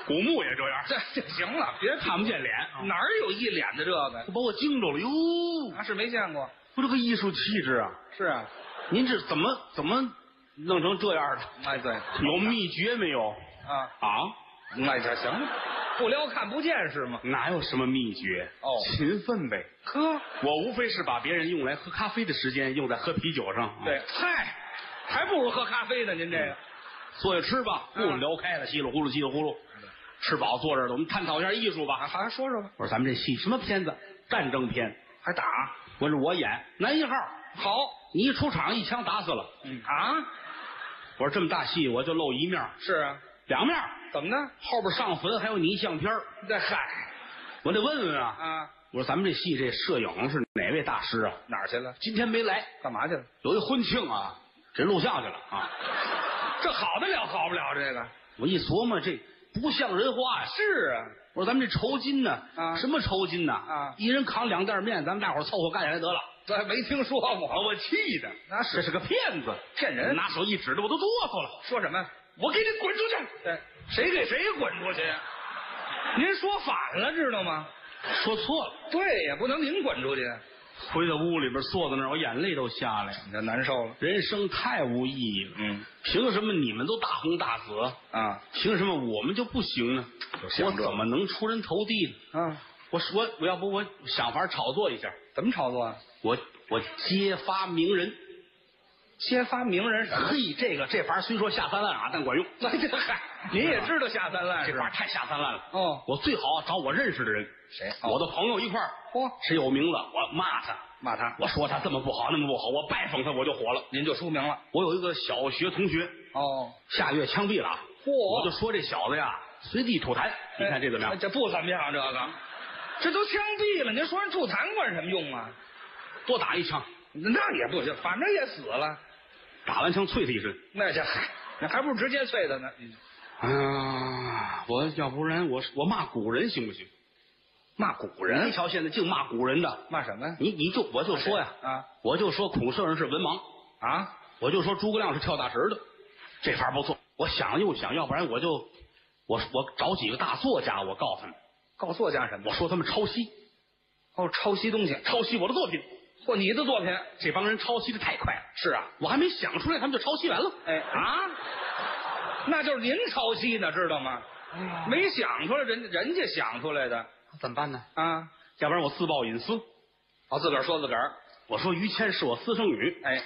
A: 古墓也这样，
B: 这这行了，别
A: 看不见脸啊，
B: 哪儿有一脸的这个？
A: 把我惊着了哟！
B: 那是没见过。
A: 我这个艺术气质啊，
B: 是啊，
A: 您这怎么怎么弄成这样的？
B: 哎对，
A: (laughs) 有秘诀没有？
B: 啊，
A: 啊，
B: 那就行了，不撩看不见是吗？
A: 哪有什么秘诀？
B: 哦
A: 勤奋呗。
B: 呵，
A: 我无非是把别人用来喝咖啡的时间用在喝啤酒上。
B: 对嗯
A: 啊，，
B: 嗨，还不如喝咖啡呢。您这个，
A: 坐下吃吧，不
B: 嗯
A: 聊开了，稀里呼噜，稀里呼噜。吃饱坐这儿了，我们探讨一下艺术吧。
B: 啊好，说说吧，
A: 我说咱们这戏什么片子？战争片。
B: 还打？啊
A: 我说我演男一号，
B: 好，
A: 你一出场一枪打死了。
B: 嗯啊，
A: 我说这么大戏我就露一面儿，
B: 是啊，
A: 两面儿
B: 怎么呢？
A: 后边上坟还有你一相片儿
B: 这嗨
A: 我得问问啊。
B: 啊，
A: 我说咱们这戏这摄影是哪位大师啊？
B: 哪儿去了？
A: 今天没来，
B: 干嘛去了？
A: 有一婚庆啊，这录像去了啊。
B: 这好得了好不了这个？
A: 我一琢磨，这不像人话呀。
B: 是啊，
A: 我说咱们这酬金呢？
B: 啊
A: 什么酬金呢？
B: 啊
A: 一人扛两袋面，咱们大伙儿凑合干下来得了。
B: 这还没听说
A: 把
B: 过，
A: 我气的，
B: 那
A: 这是个骗子，
B: 骗人
A: 拿手一指着我都哆嗦了。
B: 说什么？
A: 我给你滚出去！
B: 对，谁给谁滚出去呀？您说反了，知道吗？
A: 说错了，
B: 对呀，不能您滚出去，
A: 回到屋里边坐在那儿，我眼泪都下来了。
B: 你这难受了。
A: 人生太无意义了，
B: 嗯
A: 凭什么你们都大红大紫？
B: 啊
A: 凭什么我们就不行呢？
B: 就想
A: 我
B: 这
A: 怎么能出人头地呢？
B: 啊，
A: 我说，我要不我想法炒作一下，
B: 怎么炒作啊？
A: 我我揭发名人。
B: 揭发名人什么？
A: 嘿，这个这法虽说下三滥啊，但管 (laughs) 用。
B: 那这嗨，您也知道下三滥
A: 这
B: 是
A: 法
B: 吧？
A: 太下三滥了。
B: (laughs) 哦，
A: 我最好找我认识的人，
B: 谁哦
A: 我的朋友一块儿，
B: 嚯，
A: 谁有名字我骂他，
B: 骂他，
A: 我说他这么不好那么不好，我拜访他我就火了。
B: 您就出名了。
A: 我有一个小学同学，
B: 哦，
A: 下月枪毙了啊，
B: 嚯
A: 我就说这小子呀随地吐痰，你看这怎么
B: 哎
A: 样？
B: 这不怎么样，这个，这都枪毙了，您说人吐痰管什么用啊？
A: 多打一枪，
B: 那也不行，反正也死了，
A: 打完枪啐他一身。
B: 那这嗨，那还不如直接碎他呢。
A: 啊，哎我要不然我我骂古人行不行？
B: 骂古
A: 你，瞧现在净骂古人的，
B: 骂什么呀？
A: 你你就我就说呀，
B: 啊
A: 我就说孔圣人是文盲，
B: 啊，
A: 我就说诸葛亮是跳大神的，这法儿不错。我想了又想，要不然我就我我找几个大作家，我告诉他们，
B: 告作家什么？
A: 我说他们抄袭，
B: 哦，抄袭东西，
A: 抄袭我的作品。
B: 嚯，你的作品
A: 这帮人抄袭的太快了，
B: 是啊，
A: 我还没想出来，他们就抄袭完了。
B: 哎啊， (laughs) 那就是您抄袭的，知道吗？没想出来，人家人家想出来的
A: 怎么办呢？
B: 啊。
A: 要不然我自曝隐私，
B: 哦，自个儿说自个儿，
A: 我说于谦是我私生女，
B: 哎，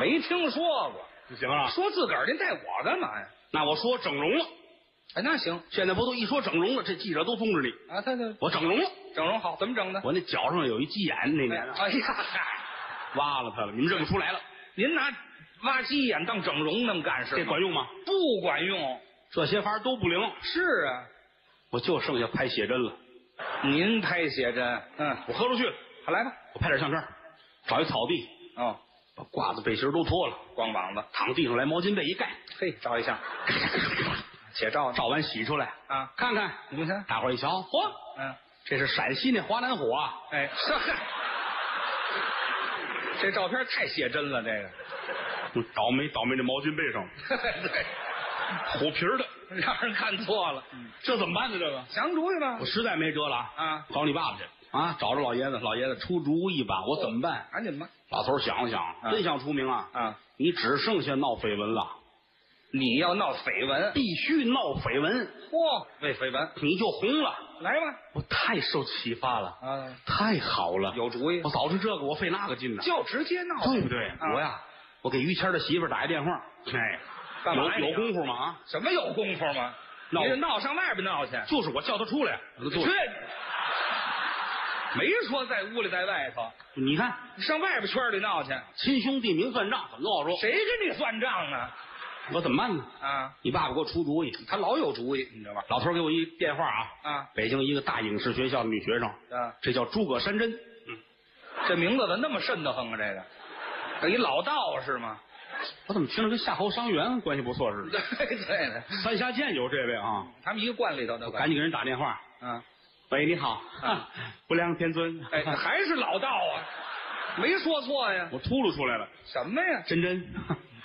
B: 没听说过，
A: 不行啊？
B: 说自个儿，您带我干嘛呀？
A: 那我说整容了，
B: 哎，那行
A: 现在不都一说整容了，这记者都通知你，
B: 啊，他就
A: 我整容了，
B: 整容好，怎么整的？
A: 我那脚上有一鸡眼，那
B: 哎
A: 年
B: 哎呀，嗨，
A: 挖了它了，你们认不出来了，
B: 您拿挖鸡眼当整容那么干是吗？
A: 这管用吗？
B: 不管用？
A: 这些法儿都不灵，
B: 是啊，
A: 我就剩下拍写真了。
B: 您拍写真，嗯，
A: 我喝出去了，
B: 好来吧。
A: 我拍点相片，找一草地，
B: 哦，
A: 把褂子背心都脱了，
B: 光膀子，
A: 躺地上来，毛巾被一盖，
B: 嘿，照一下，且照照
A: 照完洗出来，
B: 啊，
A: 看看，
B: 你看，
A: 大伙儿一瞧，嚯，
B: 嗯，
A: 这是陕西那华南火啊！
B: 哎， (laughs) 呵呵，这照片太写真了，这个， (laughs)
A: 嗯倒霉倒霉，这毛巾背上
B: 对，
A: 虎皮儿的，
B: 让人看错了，
A: 这怎么办呢？这个
B: 想主意吧
A: 我。实在没辙了
B: 啊！
A: 找你爸爸去啊！找着老爷子，老爷子出主意吧，我怎么办？
B: 赶紧吧。
A: 老头儿想了想，
B: 嗯
A: 真想出名啊！
B: 啊，
A: 你只剩下闹绯闻了，
B: 你要闹绯闻，
A: 必须闹绯闻，
B: 嚯，为绯闻，
A: 你就红了。
B: 来吧。
A: 我太受启发了，
B: 啊，
A: 太好了！
B: 有主意
A: 我，早知这个，我费那个劲呢，
B: 就直接闹。
A: 对不对？
B: 啊
A: 我呀，我给于谦的媳妇儿打一电话，哎，
B: 干嘛呀
A: 有
B: 你
A: 有功夫吗？啊，
B: 什么有功夫吗？
A: 闹
B: 你得闹上外边闹去。
A: 就是我叫他出来，我就坐
B: 去，没说在屋里在外头，
A: 你看，
B: 上外边圈里闹去，
A: 亲兄弟明算账，怎么都好说。
B: 谁跟你算账呢？
A: 我怎么办呢？
B: 啊，
A: 你爸爸给我出主意。
B: 他老有主意，你知道吧？
A: 老头儿给我一电话啊，
B: 啊
A: 北京一个大影视学校的女学生，
B: 啊，
A: 这叫诸葛山珍，
B: 这名字怎么那么瘆得慌啊？这个，这一老道士吗？
A: 我怎么听着跟夏侯伤员关系不错似的？
B: (laughs) 对对对，
A: 三峡涧有这位啊，
B: 他们一个罐里头的，
A: 赶紧给人打电话。
B: 啊！
A: 喂，你好，
B: 啊
A: 不良天尊， (laughs)
B: 哎，还是老道啊，没说错呀。
A: 我秃噜出来了，
B: 什么呀？
A: (laughs) 珍珍，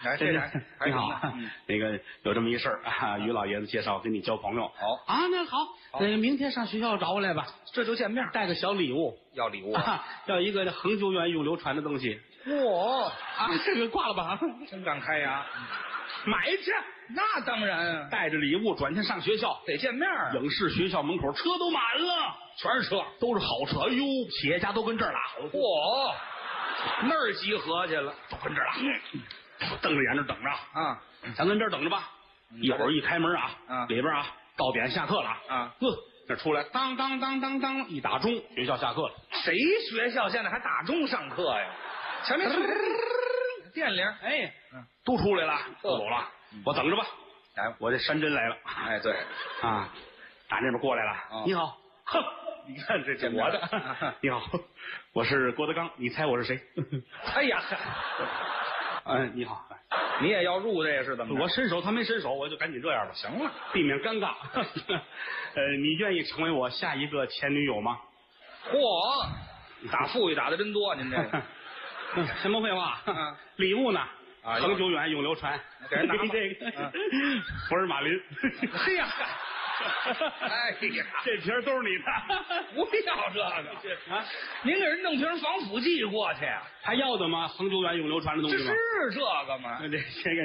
B: 哎这还还
A: 你
B: 行
A: 好 (laughs)
B: 吧
A: 啊，那个有这么一事儿啊，于老爷子介绍跟你交朋友。
B: 好
A: (laughs) 啊，那好，
B: 好
A: 呃，明天上学校找我来吧，
B: 这就见面儿
A: 带个小礼物，
B: 要礼
A: (laughs)
B: 物啊！
A: 啊，要一个恒久远永流传的东西
B: 哇，
A: (laughs) 啊，这个挂了 (laughs) 吧，
B: 真敢开呀！
A: 买去，
B: 那当然啊，
A: 带着礼物转天上学校。
B: 得见面啊儿
A: 影视学校门口车都满了，
B: 全是车。
A: 都是好车。哎呦，企业家都跟这儿了，
B: 嚯，那儿集合去了
A: 都跟这儿了，瞪着眼睛等着啊。
B: 啊！
A: 咱跟这儿等着吧，一会儿一开门啊，
B: 嗯
A: 里边啊到点下课了
B: 啊，
A: 呵，那出来当当当当当一打钟，学校下课了。
B: 谁学校现在还打钟上课呀？前面是电铃，
A: 哎
B: 嗯，
A: 都出来了，
B: 呵
A: 都走了，我等着吧。
B: 哎
A: 我这山珍来了
B: 哎，对，
A: 啊，打那边过来
B: 哦
A: 了，你好，哼，你看这是我
B: 见面了
A: 的，你好，我是郭德纲，你猜我是谁？
B: 哎呀，哎
A: 嗯，你好，
B: 你也要入这是怎么着？
A: 我伸手他没伸手，我就赶紧这样吧，
B: 行了，
A: 避免尴
B: (laughs)
A: 尬。 (laughs) 呃，你愿意成为我下一个前女友吗？
B: 嚯，打富裕打的真多，您这
A: (laughs)
B: 个
A: 什么废话
B: 嗯？
A: 礼物呢？
B: 啊
A: 恒久远，永流传。
B: 给人拿吧
A: (laughs) 这
B: 嗯
A: 个福尔马 (laughs) 林。
B: 嘿呀哎呀
A: 这瓶儿都是你 (laughs) 的。
B: (laughs) 不要这个，
A: 啊，
B: 您给人弄瓶防腐剂过去呀？
A: 还要的吗？恒久远，永流传的东
B: 这
A: 西吗
B: 是？这个吗？
A: 那这这个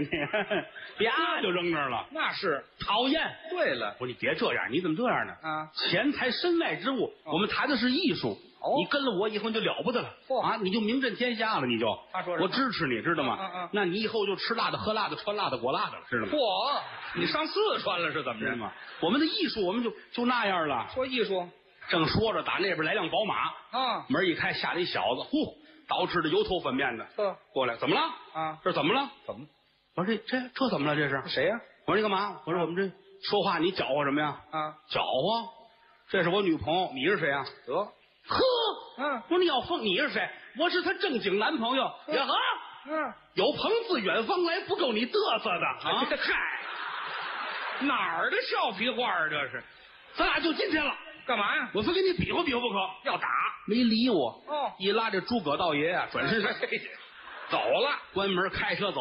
A: 你 (laughs) 呀就扔那儿了，
B: 那是。
A: 讨厌！
B: 对了，
A: 不是你别这样，你怎么这样呢？
B: 啊，
A: 钱财身外之物，我们谈的是艺术。
B: 哦
A: 你跟了我以后你就了不得了
B: 嚯
A: 啊！你就名震天下了，你就。
B: 他说什么
A: 我支持你，知道吗？
B: 嗯嗯嗯
A: 那你以后就吃辣的、喝辣的、穿辣的、裹辣的了，知道吗？
B: 嚯，你上四川了是怎么
A: 知道
B: 着？
A: 吗？我们的艺术，我们就就那样了。
B: 说艺术
A: 正说着，打那边来辆宝马，
B: 啊，
A: 门一开，下来一小子，呼，捯饬的油头粉面的
B: 呵，
A: 过来，怎么了？
B: 啊，
A: 这怎么了？
B: 怎么？
A: 我说这这这怎么了？这是？
B: 谁呀、
A: 我说你干嘛？我说我们这说话你搅和什么呀？
B: 啊？
A: 搅和？这是我女朋友，你是谁啊？
B: 得，
A: 呵，
B: 嗯
A: 我说你要疯，你是谁？我是她正经男朋友。呀呵，
B: 嗯，
A: 有朋自远方来，不够你嘚瑟的啊！
B: 嗨，哪儿的俏皮话啊？这是
A: (laughs) 咱俩就今天了，
B: 干嘛呀？
A: 我非跟你比划比划不可。
B: 要 (laughs) 打？
A: 没理我，
B: 哦，
A: 一拉这诸葛道爷啊，转
B: (laughs)
A: 身
B: 走了，
A: 关门开车走。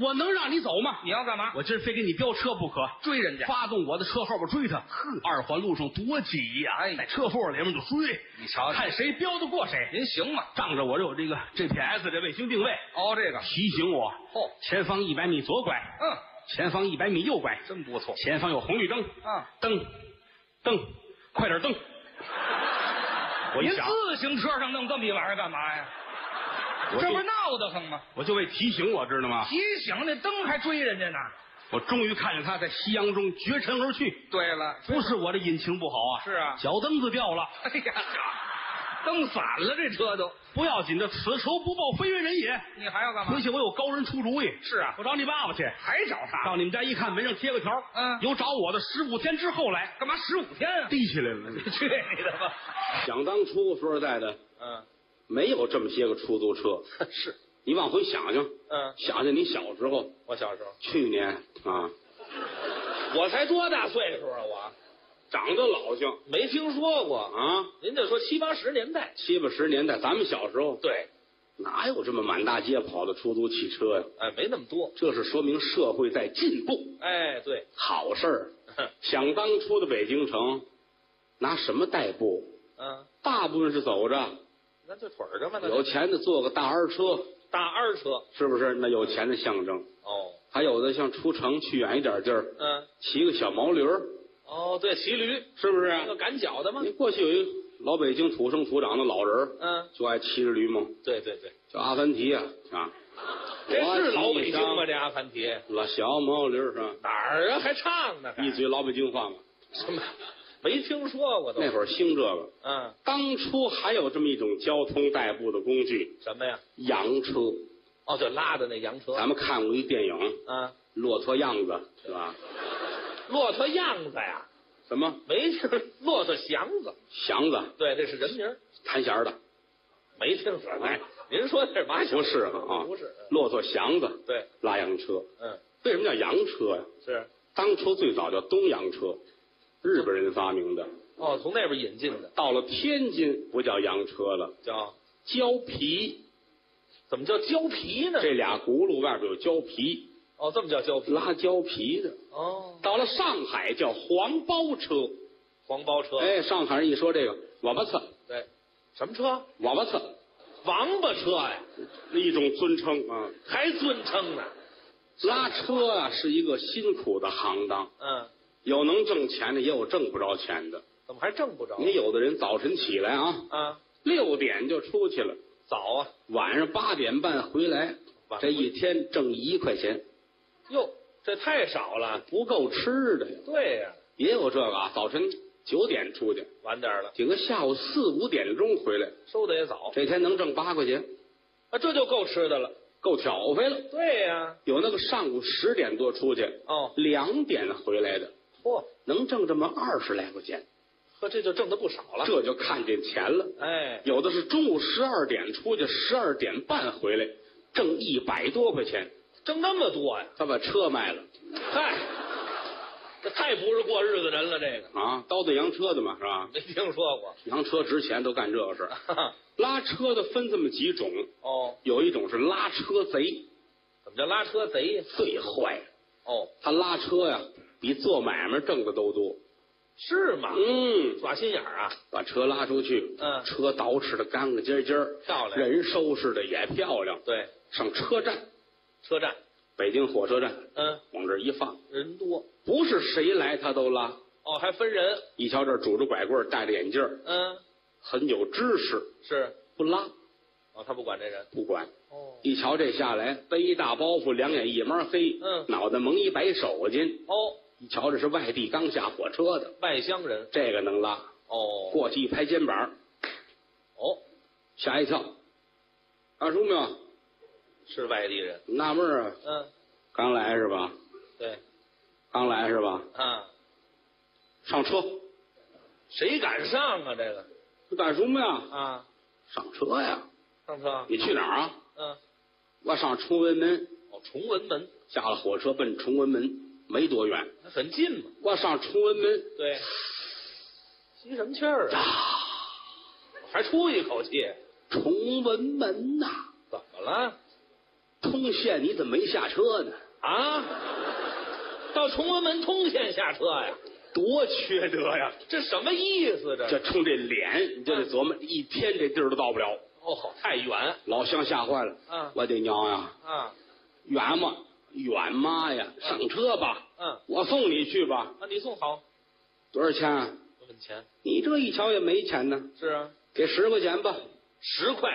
A: 我能让你走吗
B: 你？要干嘛？
A: 我今儿非跟你飙车不可。
B: 追人家？
A: 发动我的车后边追他，二环路上多挤呀、
B: 哎
A: 在车缝里面就追，
B: 你瞧瞧，
A: 看谁飙得过谁。
B: 您行吗？
A: 仗着我这有这个 GPS 这卫星定位
B: 哦，这个，
A: 提醒我，
B: 哦，
A: 前方一百米左拐，
B: 嗯，
A: 前方一百米右拐，
B: 真不错
A: 前方有红绿灯，
B: 啊。
A: 蹬蹬，快点蹬！我一
B: 您
A: 想，
B: 自行车上弄这么一玩意儿干嘛呀？
A: 我
B: 这不是
A: 就
B: 闹得慌吗？
A: 我就为提醒我知道吗？
B: 提醒那灯还追人家呢。
A: 我终于看见他在夕阳中绝尘而去，
B: 对了，
A: 不是我的引擎不好啊，
B: 是啊
A: 脚蹬子掉了，
B: 哎 (laughs) 呀，蹬散了这车都，
A: 不要紧的，此仇不报非为人也。
B: 你还要干
A: 回
B: 嘛？
A: 去我有高人出主意，
B: 啊是啊
A: 我找你爸爸去，
B: 还找他？
A: 到你们家一看，门上贴个条，
B: 嗯
A: 有找我的，十五天之后来，
B: 干嘛十五天啊？
A: 滴起来了。
B: (laughs) 去你的吧！
A: (laughs) 想当初，说实在的，
B: 嗯，
A: 没有这么些个出租车。
B: (laughs) 是，
A: 你往回想想，
B: 嗯，
A: 想想你小时候，
B: 我小时候，
A: 去年啊，
B: 我才多大岁数啊？我
A: 长得老性
B: 没听说过。
A: 啊，
B: 您就说七八十年代，
A: 七八十年代，咱们小时候
B: 对，
A: 哪有这么满大街跑的出租汽车呀、
B: 哎，没那么多。
A: 这是说明社会在进步，
B: 哎， (laughs) 对，
A: 好事儿。
B: 嗯
A: 想当初的北京城，拿什么代步？
B: 嗯，
A: 大部分是走着，
B: 那就腿儿着嘛，那
A: 有钱的坐个大二车，
B: 大二车。
A: 是不是？那有钱的象征。
B: 哦，
A: 还有的像出城去远一点地儿，
B: 嗯，
A: 骑个小毛驴儿，
B: 哦，对，骑驴，
A: 是不是啊
B: 那？个赶脚的吗
A: 你？过去有一老北京土生土长的老人儿，
B: 嗯，
A: 就爱骑着驴吗？
B: 对对对，
A: 叫阿凡提啊啊！
B: 这是老北京吗？
A: 我骑
B: 这阿凡提
A: 上老小毛驴儿是吧？
B: 哪儿啊？还唱呢？还
A: 一嘴老北京话嘛。
B: 什么？没听说过都。
A: 那会儿兴这个，
B: 嗯，
A: 当初还有这么一种交通代步的工具
B: 什么呀？
A: ——洋车。
B: 哦，就拉的那洋车。
A: 咱们看过一电影《
B: 啊，
A: 骆驼样子》，是吧？
B: 骆驼样子呀，
A: 什么
B: 没听骆驼祥子，
A: 祥子？
B: 对，这是人名儿，
A: 弹弦儿的？
B: 没听说。哎，您说这是麻
A: 不是啊啊！
B: 不是，
A: 骆驼祥
C: 嗯
A: 子
B: 对，
A: 拉洋车。
B: 嗯，
A: 为什么叫洋车呀、
B: 是。
A: 当初最早叫东洋车，日本人发明的。
B: 哦，从那边引进的，
A: 到了天津不叫洋车了，
B: 叫
A: 胶皮
C: 怎么叫胶皮呢？
A: 这俩轱辘外边有胶皮，
C: 哦，这么叫胶皮
A: 拉胶皮的。
C: 哦，
A: 到了上海叫黄包车，
C: 黄包车，
A: 哎，上海人一说这个王八车，
C: 对，什么车？
A: 王八车，
C: 王八车呀，
A: 一种尊称啊。
C: 还尊称呢。
A: 拉车啊是一个辛苦的行当，
C: 嗯，
A: 有能挣钱的，也有挣不着钱的。
C: 怎么还挣不着？
A: 你有的人早晨起来啊，
C: 啊，
A: 六点就出去了，
C: 早啊，
A: 晚上八点半回来，
C: 晚
A: 这一天挣一块钱，
C: 哟，这太少了。
A: 不够吃的呀。
C: 对呀、
A: 也有这个啊，早晨九点出去，
C: 晚点儿了，
A: 顶个下午四五点钟回来，
C: 收的也早，
A: 这天能挣八块钱，
C: 啊，这就够吃的了。
A: 够挑费了。
C: 对呀、
A: 有那个上午十点多出去，
C: 哦，
A: 两点回来的，
C: 嚯，
A: 能挣这么二十来块钱，
C: 呵，这就挣的不少了。
A: 这就看见钱了。
C: 哎，
A: 有的是中午十二点出去，十二点半回来，挣一百多块钱，
C: 挣那么多呀、
A: 他把车卖了
C: 嗨，这太不是过日子人了，这个
A: 啊，刀子洋车的嘛，是吧？
C: 没听说过。
A: 洋车值钱，都干这个事儿。
C: 哈哈
A: 拉车的分这么几种，
C: 哦，
A: 有一种是拉车贼，
C: 怎么叫拉车贼呀？
A: 最坏，
C: 哦，
A: 他拉车呀比做买卖挣的都多。
C: 是吗？
A: 嗯，
C: 耍心眼儿啊，
A: 把车拉出去，
C: 嗯
A: 车捯饬的干干净净儿，
C: 漂亮
A: 人收拾的也漂亮。
C: 对，
A: 上车站，
C: 车站，
A: 北京火车站，
C: 嗯，
A: 往这一放，
C: 人多，
A: 不是谁来他都拉。
C: 哦，还分人，
A: 一瞧这拄着拐棍儿，戴着眼镜儿，
C: 嗯，
A: 很有知识，
C: 是，
A: 不拉
C: 哦，他不管这人，
A: 不管。
C: 哦，
A: 一瞧这下来，背一大包袱，两眼一抹黑，
C: 嗯
A: 脑袋蒙一白手巾。
C: 哦，
A: 一瞧这是外地刚下火车的，
C: 外乡人，
A: 这个能拉。
C: 哦，
A: 过去一拍肩膀，
C: 哦，
A: 吓一跳，二叔没有？
C: 是外地人，
A: 纳闷儿啊，
C: 嗯，
A: 刚来是吧？
C: 对，
A: 刚来是吧？
C: 啊，
A: 上车，
C: 谁敢上啊？这个
A: 你干什么呀？
C: 啊，
A: 上车呀！
C: 上车，
A: 你去哪儿啊？
C: 嗯，
A: 我上崇文门，
C: 哦，崇文门
A: 下了火车奔崇文门，没多远。
C: 很近嘛，
A: 我上崇文门，
C: 对，吸什么气儿啊？还出一口气，
A: 崇文门呐、
C: 怎么了？
A: 通县你怎么没下车呢？
C: 啊，到崇文门通县下车呀？
A: 多缺德呀！
C: 这什么意思这？
A: 就冲这脸，你就得琢磨，一天这地儿都到不了。
C: 哦，好太远
A: 老乡吓坏了，
C: 嗯
A: 我的娘呀，
C: 啊！
A: 远吗？远妈呀！上车吧，
C: 嗯，
A: 我送你去吧。
C: 那你送好，
A: 多少钱啊？
C: 我问钱
A: 你这一瞧也没钱呢，
C: 是啊，
A: 给十块钱吧。
C: 十块。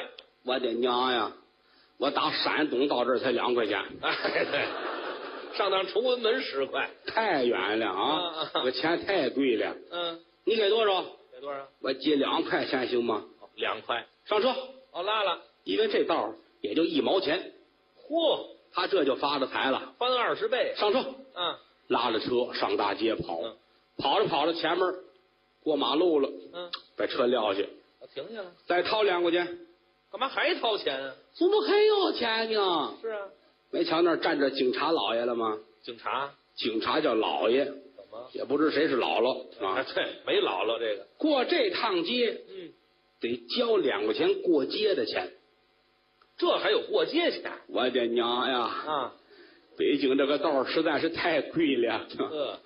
A: 我的娘呀！我打山东到这儿才两块钱，
C: 哎，对，上趟崇文门十块，
A: 太远了
C: 啊
A: 啊！
C: 啊
A: 我钱太贵了。
C: 嗯，
A: 你给多少？
C: 给多少？
A: 我借两块钱行吗？
C: 哦两块。
A: 上车，
C: 哦，拉了，
A: 因为这道儿也就一毛钱，
C: 嚯，
A: 他这就发了财了。
C: 翻二十倍。
A: 上车，
C: 啊，
A: 拉着车上大街跑
C: 嗯，
A: 跑着跑着前面过马路了，
C: 嗯，
A: 把车撂下，
C: 我停下了，
A: 再掏两块钱。
C: 干嘛还掏钱啊？
A: 怎么还要钱呢？
C: 是啊，
A: 没瞧那儿站着警察老爷了吗？
C: 警察
A: 警察叫老爷，
C: 怎么？
A: 也不知谁是姥姥
C: 啊，
A: 啊。
C: 对，没姥姥这个。
A: 过这趟街
C: 嗯，
A: 得交两块钱过街的钱。
C: 这还有过街钱
A: 我的娘呀！
C: 啊？
A: 北京这个道儿实在是太贵了，
C: 呃，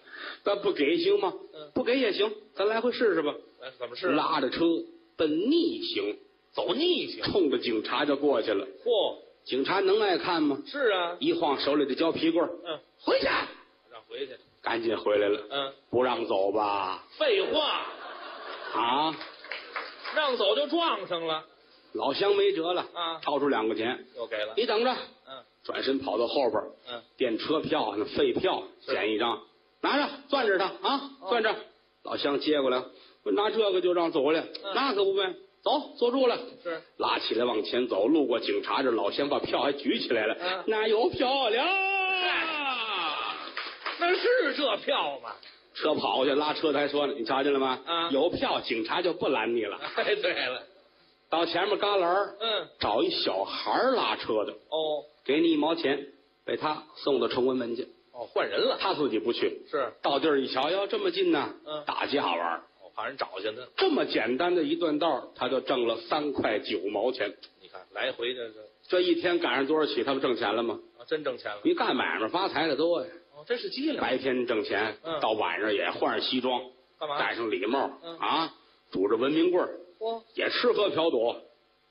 A: 咱不给行吗
C: 嗯？
A: 不给也行，咱来回试试吧。
C: 哎怎么是
A: 拉着车奔逆行，
C: 走逆行？
A: 冲着警察就过去了。
C: 嚯，
A: 警察能爱看吗？
C: 是啊，
A: 一晃手里的胶皮棍儿，
C: 嗯，
A: 回去，
C: 让回去。
A: 赶紧回来了。
C: 嗯，
A: 不让走吧？
C: 废话，
A: 啊，
C: 让走就撞上了，
A: 老乡没辙了
C: 啊
A: 掏出两块钱，
C: 又给了。
A: 你等着。
C: 嗯
A: 转身跑到后边儿，
C: 嗯，
A: 电车票那废票
C: 是哦
A: 捡一张，拿着攥着它啊，攥着。老乡接过来，我拿这个就让走了，
C: 嗯
A: 那可不呗。走，坐住了。
C: 是
A: 拉起来往前走，路过警察这，老乡把票还举起来了，
C: 嗯哎
A: 那有漂亮。
C: 那是这票吗？
A: 车跑过去，拉车的还说呢，你瞧见了吗？
C: 啊
A: 有票，警察就不拦你了。
C: (laughs) 哎，对了，
A: 到前面旮旯儿
C: 嗯，
A: 找一小孩儿拉车的，
C: 哦
A: 给你一毛钱，被他送到崇文门去。
C: 哦，换人了，
A: 他自己不去，
C: 是
A: 到地儿一瞧，哟，这么近呢，
C: 嗯
A: 打架玩儿。
C: 我怕人找去呢。
A: 这么简单的一段道儿，他就挣了三块九毛钱，
C: 你看来回这是
A: 这一天赶上多少起，他不挣钱了吗？
C: 啊，真挣钱了，
A: 你干买卖发财的多呀，
C: 哦，真是机灵，
A: 白天挣钱，
C: 嗯
A: 到晚上也换上西装，
C: 干嘛？
A: 戴上礼帽
C: 嗯
A: 啊，拄着文明棍儿，
C: 嚯，
A: 也吃喝嫖赌，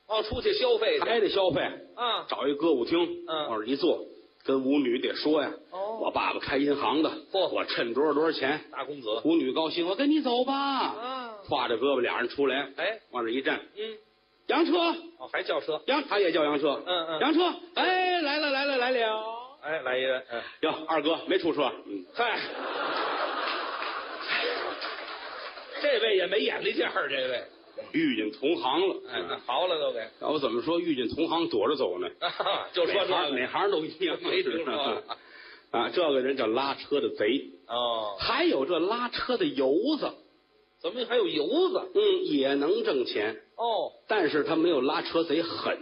C: 哦，出去消费去
A: 还得消费。
C: 啊，
A: 找一歌舞厅，
C: 嗯
A: 往这一坐，跟舞女得说呀，
C: 哦
A: 我爸爸开银行的，
C: 嚯
A: 我趁多少多少钱，
C: 大公子
A: 舞女高兴，我跟你走吧，
C: 啊，
A: 挎着胳膊俩人出来，
C: 哎，
A: 往这一站，
C: 嗯，
A: 洋车，
C: 哦，还叫车，
A: 洋，他也叫洋车，
C: 嗯嗯
A: 洋车，哎，来了来了来了，
C: 哎，来一人，哎，
A: 哟，二哥没出车，嗯，
C: 嗨，这位也没眼力见儿，这位，
A: 遇见同行了，
C: 哎，那好了都给，
A: 要不怎么说遇见同行躲着走呢？
C: 啊就说
A: 哪行
C: 这
A: 哪行都一样，
C: 没听说
A: 啊，这个人叫拉车的贼，
C: 哦，
A: 还有这拉车的油子，
C: 怎么还有油子？
A: 嗯，也能挣钱，
C: 哦，
A: 但是他没有拉车贼狠。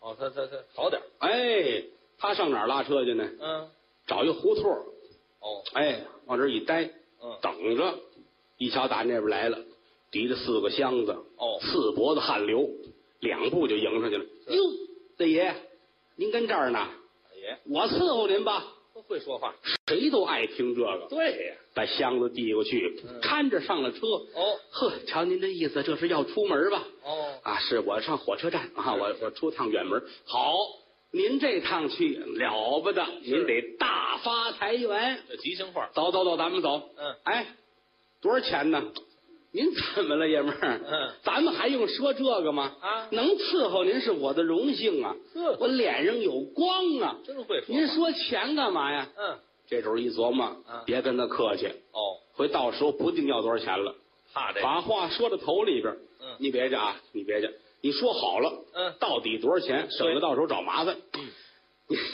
C: 哦，他他他好点儿
A: 哎，他上哪儿拉车去呢？
C: 嗯，
A: 找一胡同儿，
C: 哦，
A: 哎，往这儿一待，
C: 嗯，
A: 等着。一瞧打那边来了，提着四个箱子，
C: 哦
A: 四脖子汗流，两步就迎上去了。
C: 是
A: 哟，大爷，您跟这儿呢？
C: 大爷
A: 我伺候您吧。
C: 都哎会说话，
A: 谁都爱听这个，
C: 对呀，
A: 把箱子递过去，
C: 嗯
A: 搀着上了车。
C: 哦
A: 呵，瞧您这意思，这是要出门吧？
C: 哦，
A: 啊，是我上火车站啊，我我出趟远门。好，您这趟去了不得，您得大发财源。
C: 这吉祥话，
A: 走走走，咱们走。
C: 嗯
A: 哎，多少钱呢？您怎么了，爷们儿？
C: 嗯，
A: 咱们还用说这个吗？
C: 啊，
A: 能伺候您是我的荣幸啊，
C: 呵
A: 我脸上有光啊。
C: 真会说话，
A: 您说钱干嘛呀？
C: 嗯，
A: 这时候一琢磨
C: 嗯，
A: 别跟他客气，
C: 哦，
A: 回到时候不定要多少钱了，
C: 怕这个，
A: 把话说到头里边儿。
C: 嗯
A: 你别介啊，你别介，你说好了，
C: 嗯
A: 到底多少钱，省得到时候找麻烦。 (laughs)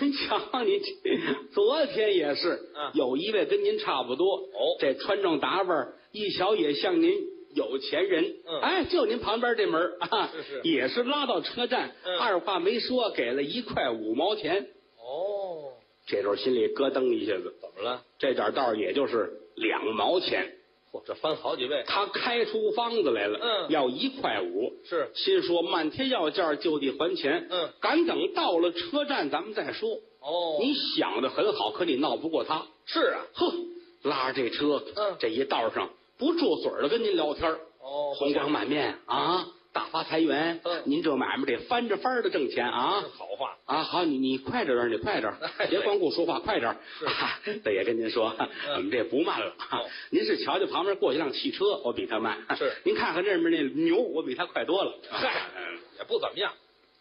A: 您瞧，你这昨天也是，
C: 嗯
A: 有一位跟您差不多，
C: 哦
A: 这穿着打扮一瞧也像您有钱人，
C: 嗯
A: 哎，就您旁边这门儿啊，
C: 是是
A: 也是拉到车站，
C: 嗯
A: 二话没说给了一块五毛钱，
C: 哦，
A: 这时候心里咯噔一下子，
C: 怎么了？
A: 这点道儿也就是两毛钱，
C: 嚯，这翻好几位，
A: 他开出方子来了，
C: 嗯
A: 要一块五，
C: 是，
A: 心说漫天要价，就地还钱。
C: 嗯，
A: 敢等到了车站咱们再说。
C: 哦，
A: 你想的很好，可你闹不过他。
C: 是啊，
A: 呵，拉着这车，
C: 嗯
A: 这一道上不住嘴的跟您聊天儿，
C: 哦，
A: 红光满面啊，大发财源。
C: 嗯
A: 您这买卖得翻着番儿的挣钱啊。
C: 是好话，
A: 啊，好，你你快点儿，你快点儿，
C: 哎嗯
A: 别光顾说话，快点儿。啊大爷跟您说，我们这不慢了。啊
C: 哦
A: 您是瞧瞧旁边过一辆汽车，我比他慢。
C: 是
A: 您看看这边那牛，我比他快多了。
C: 嗨
A: 嗯
C: 也不怎么样，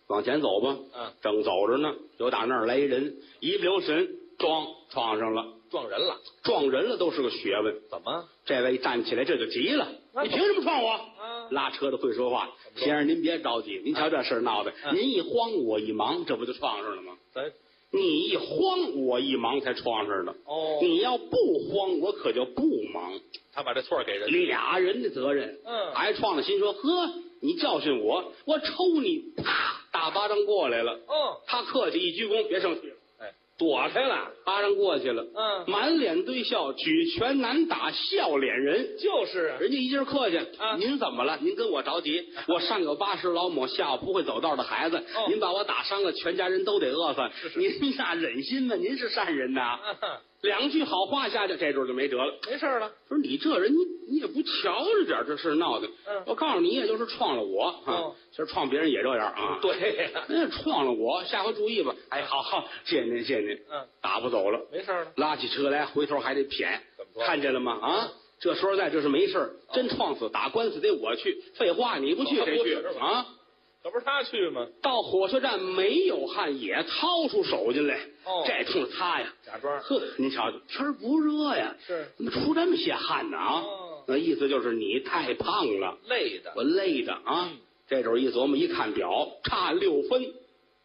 A: 往前走吧。
C: 嗯，
A: 正走着呢，就打那儿来一人，一不留神，撞撞上了，
C: 撞人了，
A: 撞人了都是个学问。
C: 怎么？
A: 这位站起来这就急了，
C: 那
A: 你凭什么撞我？
C: 啊，
A: 拉车的会说话，
C: 么说
A: 先生您别着急，您瞧这事儿闹的，
C: 嗯
A: 您一慌我一忙，这不就撞上了吗？
C: 咱
A: 你一慌我一忙才撞上的，
C: 哦，
A: 你要不慌我可就不忙。
C: 他把这错儿给人，
A: 俩人的责任，
C: 嗯
A: 还撞了心说呵，你教训我，我抽你，啪，大巴掌过来了。
C: 哦，
A: 他客气一鞠躬，别生气了，
C: 哎，
A: 躲开了，巴掌过去了，
C: 嗯，
A: 满脸堆笑，举拳难打笑脸人。
C: 就是啊，
A: 人家一劲儿客气，
C: 啊
A: 您怎么了？您跟我着
C: (laughs)
A: 急，我上有八十老母，下有不会走道的孩子，
C: 哦
A: 您把我打伤了，全家人都得饿死。
C: 是是
A: 您那忍心吗？您是善人呐。
C: 啊哈
A: 两句好话下去，这时候就没辙了。
C: 没事儿了，
A: 说你这人，你你也不瞧着点儿这事儿闹的。
C: 嗯
A: 我告诉你，也就是撞了我啊
C: 哦，
A: 其实撞别人也这样啊。
C: 对呀，
A: 那撞了我，下回注意吧。哎，好好，谢谢您，谢谢您。
C: 嗯，
A: 打不走了，
C: 没事儿了，
A: 拉起车来，回头还得谝
C: 怎么说，
A: 看见了吗？啊，这说实在，这是没事儿真撞死打官司得我去。废话，你不去
C: 哦
A: 谁去
C: 不是吧
A: 啊？
C: 可不是他去吗？
A: 到火车站没有汉也掏出手进来，
C: 哦
A: 这冲他呀，
C: 假装，
A: 呵，您瞧瞧，天儿不热呀，
C: 是
A: 怎么出这么些汗呢啊
C: 哦？
A: 那意思就是你太胖了，
C: 累的，
A: 我累的啊。
C: 嗯
A: 这时候一琢磨，一看表，差六分。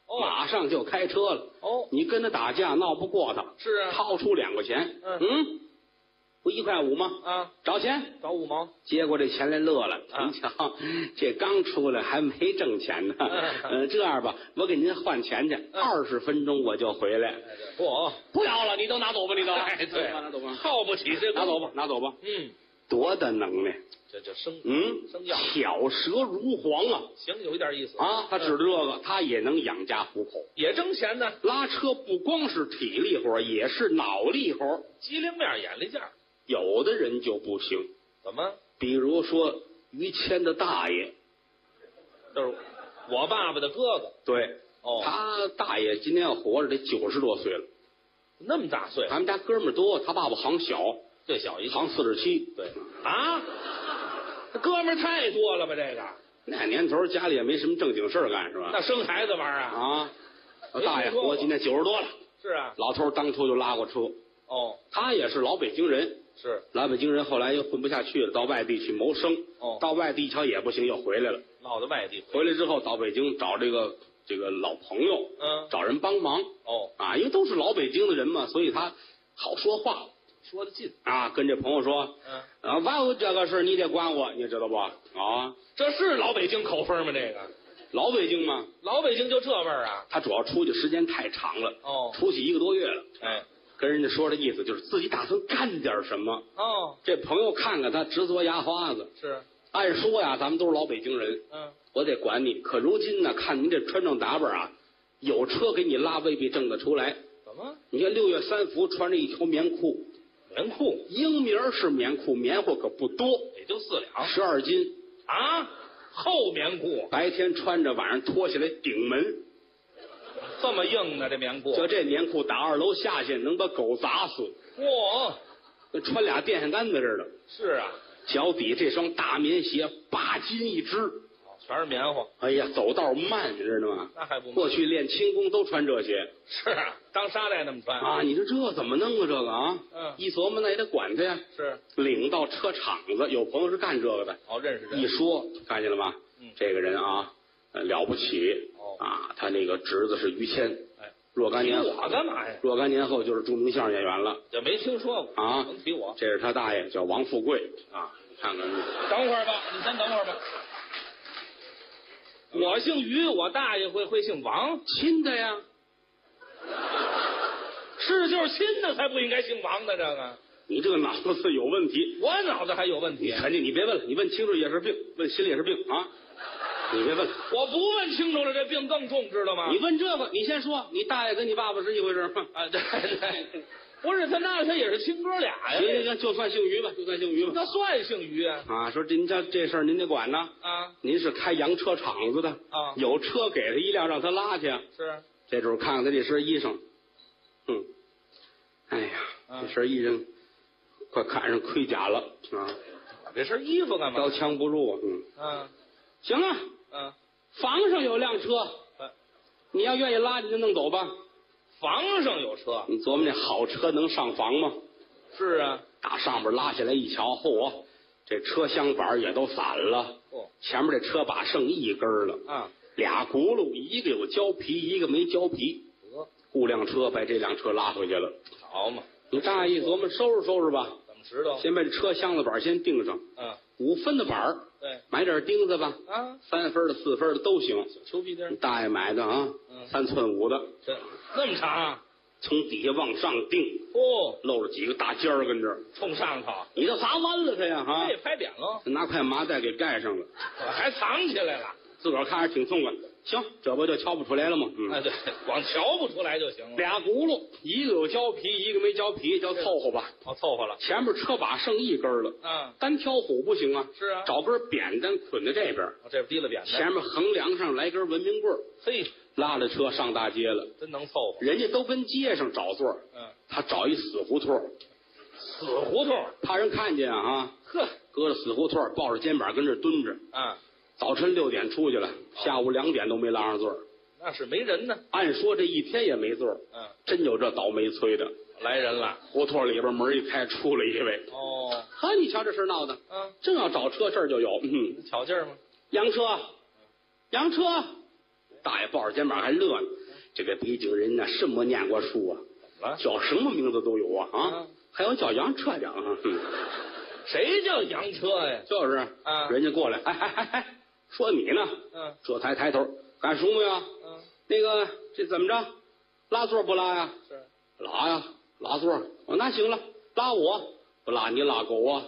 C: 哦
A: 马上就开车了。
C: 哦，
A: 你跟他打架闹不过他，
C: 是啊，
A: 掏出两块钱，
C: 嗯
A: 不一块五吗？
C: 啊，
A: 找钱，
C: 找五毛，
A: 接过这钱来乐了。
C: 啊
A: 您瞧，这刚出来还没挣钱呢。
C: 嗯
A: 嗯，这样吧，我给您换钱去，二十分钟我就回来。
C: 嚯，
A: 不要了，你都拿走吧，你都。
C: 哎对
A: 拿走吧，
C: 耗不起这
A: 拿
C: 功夫
A: 走吧，拿走吧。
C: 嗯，
A: 多大能耐？
C: 这这生
A: 嗯，
C: 生药
A: 巧舌如簧啊
C: 行，有一点意思嗯
A: 啊！他指着这个，他也能养家糊口。
C: 也挣钱呢，
A: 拉车不光是体力活儿，也是脑力活儿。
C: 机灵面眼力劲儿，
A: 有的人就不行，
C: 怎么？
A: 比如说于谦的大爷，
C: 就是我爸爸的哥哥
A: 对
C: 哦，
A: 他大爷今天要活着得九十多岁了。
C: 那么大岁数
A: 咱们家哥们儿多，他爸爸行小，
C: 最小一个
A: 行四十七。
C: 对啊，这哥们儿太多了吧？这个
A: 那年头儿家里也没什么正经事儿干，是吧？
C: 那生孩子玩儿啊？
A: 啊，
C: 没
A: 大爷
C: 听说
A: 活
C: 过
A: 今年九十多了，
C: 是啊，
A: 老头儿当初就拉过车，
C: 哦，
A: 他也是老北京人，
C: 是
A: 老北京人后来又混不下去了，到外地去谋生。
C: 哦
A: 到外地一瞧也不行，又回来了。
C: 闹到外地回，
A: 回来之后到北京找这个这个老朋友，
C: 嗯，
A: 找人帮忙
C: 哦，
A: 啊，因为都是老北京的人嘛，所以他好说话
C: 说得近，
A: 啊。跟这朋友说，
C: 嗯，
A: 啊，万有这个事儿你得管我，你知道不？啊，
C: 这是老北京口风吗？这个
A: 老北京嘛，
C: 老北京就这味儿啊？
A: 他主要出去时间太长了，
C: 哦，
A: 出去一个多月了。
C: 哎，
A: 跟人家说的意思就是自己打算干点什么。
C: 哦，
A: 这朋友看看他直嘬牙花子，
C: 是，
A: 按说呀，咱们都是老北京人，
C: 嗯，
A: 我得管你。可如今呢，看您这穿着打扮啊，有车给你拉未必挣得出来。
C: 怎么
A: 你看六月三伏穿着一条棉裤，
C: 棉裤
A: 英名儿是棉裤，棉花可不多，
C: 也就四两
A: 十二斤。
C: 啊？厚棉裤
A: 白天穿着，晚上脱下来顶门。
C: 这么硬的这棉裤，
A: 就这棉裤打二楼下去能把狗砸死，
C: 嚯，
A: 跟穿俩电线杆子似的。
C: 是啊，
A: 脚底这双大棉鞋八斤一只，
C: 哦全是棉花，
A: 哎呀，走道慢，你知道吗？
C: 那还不
A: 过
C: 过
A: 去练轻功都穿这鞋
C: (laughs) 是啊，当沙袋那么穿
A: 啊，你说这怎么弄啊？这个啊，
C: 嗯
A: 一琢磨那也得管他呀。
C: 是，
A: 领到车场子，有朋友是干这个的，
C: 哦，认识
A: 一
C: 人，
A: 说看见了吗
C: 嗯？
A: 这个人啊，呃了不起
C: 哦
A: 啊，他那个侄子是于谦
C: 哎，
A: 若干
C: 提
A: 年
C: 我干嘛呀？
A: 若干年后就是著名相声演员了。
C: 也没听说过
A: 啊
C: 甭提我。
A: 这是他大爷，叫王富贵啊，看看
C: 等会儿吧，你先等会儿吧。我姓于，我大爷会会姓王，
A: 亲的呀，
C: 是就是亲的才不应该姓王的这个。
A: (laughs) 你这个脑子有问题。
C: 我脑子还有问
A: 你
C: 题，
A: 肯定你别问了，你问清楚也是病，问心里也是病啊！你别问了，
C: 我不问清楚了，这病更重，知道吗？
A: 你问这个，你先说，你大爷跟你爸爸是一回事吗？
C: 啊，对
A: (laughs) 哎
C: 对，不是他那他也是亲哥俩
A: 行行
C: 呀，
A: 行，就算姓于吧，就算姓于吧。
C: 那算姓于啊
A: 啊，说您家这事儿您得管呐，
C: 啊
A: 您是开洋车厂子的，
C: 啊
A: 有车给他一辆让他拉去啊。
C: 是
A: 这主看看他这身衣裳，嗯，哎呀，
C: 嗯
A: 这身衣裳快看上盔甲了啊，
C: 这身衣服干嘛
A: 刀？枪不入啊，嗯，
C: 嗯
A: 行了，
C: 嗯，
A: 房上有辆车
C: 哎，
A: 你要愿意拉你就弄走吧。
C: 房上有车
A: 你琢磨那好车能上房吗？
C: 是啊，
A: 打上边拉下来一瞧，嚯，这车厢板也都散了，
C: 哦
A: 前面这车把剩一根儿了，
C: 啊，
A: 俩轱辘，一个有胶皮，一个没胶皮。
C: 得
A: 雇辆车把这辆车拉回去了。
C: 好嘛，
A: 你大爷一琢磨，收拾收拾吧，
C: 怎么知道？
A: 先把这车厢子板先钉上，
C: 嗯，
A: 五分的板儿，
C: 对
A: 买点钉子吧，
C: 啊，
A: 三分的、四分的都行。
C: 丘皮
A: 你
C: 钉，
A: 大爷买的啊，
C: 嗯
A: 三寸五的，
C: 这那么长啊？
A: 从底下往上钉，
C: 哦，啊
A: 露着几个大尖儿跟这儿，
C: 冲上头，
A: 你都砸弯了它呀哈！
C: 这也拍扁喽，
A: 拿块麻袋给盖上了，
C: 还藏起来了。
A: 自个儿看着挺痛快。行，这不就瞧不出来了吗？嗯，
C: 哎，对，光瞧不出来就行了。
A: 俩轱辘，一个有胶皮，一个没胶皮，叫凑合吧。
C: 哦，凑合了。
A: 前面车把剩一根了，
C: 嗯，
A: 单挑虎不行啊，
C: 是啊，
A: 找根扁担捆在这边，
C: 我哦这提了扁担，
A: 前面横梁上来根文明棍儿，
C: 嘿，
A: 拉着车上大街了。
C: 真能凑合。
A: 人家都跟街上找座儿，
C: 嗯，
A: 他找一死胡同儿，
C: 死胡同，
A: 怕人看见啊，
C: 呵，
A: 搁着死胡同儿，抱着肩膀跟这儿蹲着。
C: 啊，
A: 早晨六点出去了，下午两点都没拉上座儿。
C: 那是没人呢。
A: 按说这一天也没座儿，
C: 嗯，
A: 真有这倒霉催的。
C: 来人了。
A: 胡同里边门一开，出来一位。
C: 哦，
A: 呵，你瞧这事儿闹的，
C: 嗯，
A: 正要找车，这儿就有。嗯，
C: 巧劲儿吗？
A: 洋车，洋车，大爷抱着肩膀还乐呢。这个北京人呢，什么念过书啊
C: 了？
A: 叫什么名字都有啊啊
C: 嗯！
A: 还有叫洋车的啊，嗯
C: (laughs) 谁叫洋车呀？
A: 就是
C: 啊
A: 人家过来，哎哎哎哎，说你呢，
C: 嗯
A: 这才抬头，敢说没有？
C: 嗯，
A: 那个这怎么着？拉座不拉呀？
C: 是
A: 拉呀，拉座。哦，那行了，拉我。不拉你拉狗啊！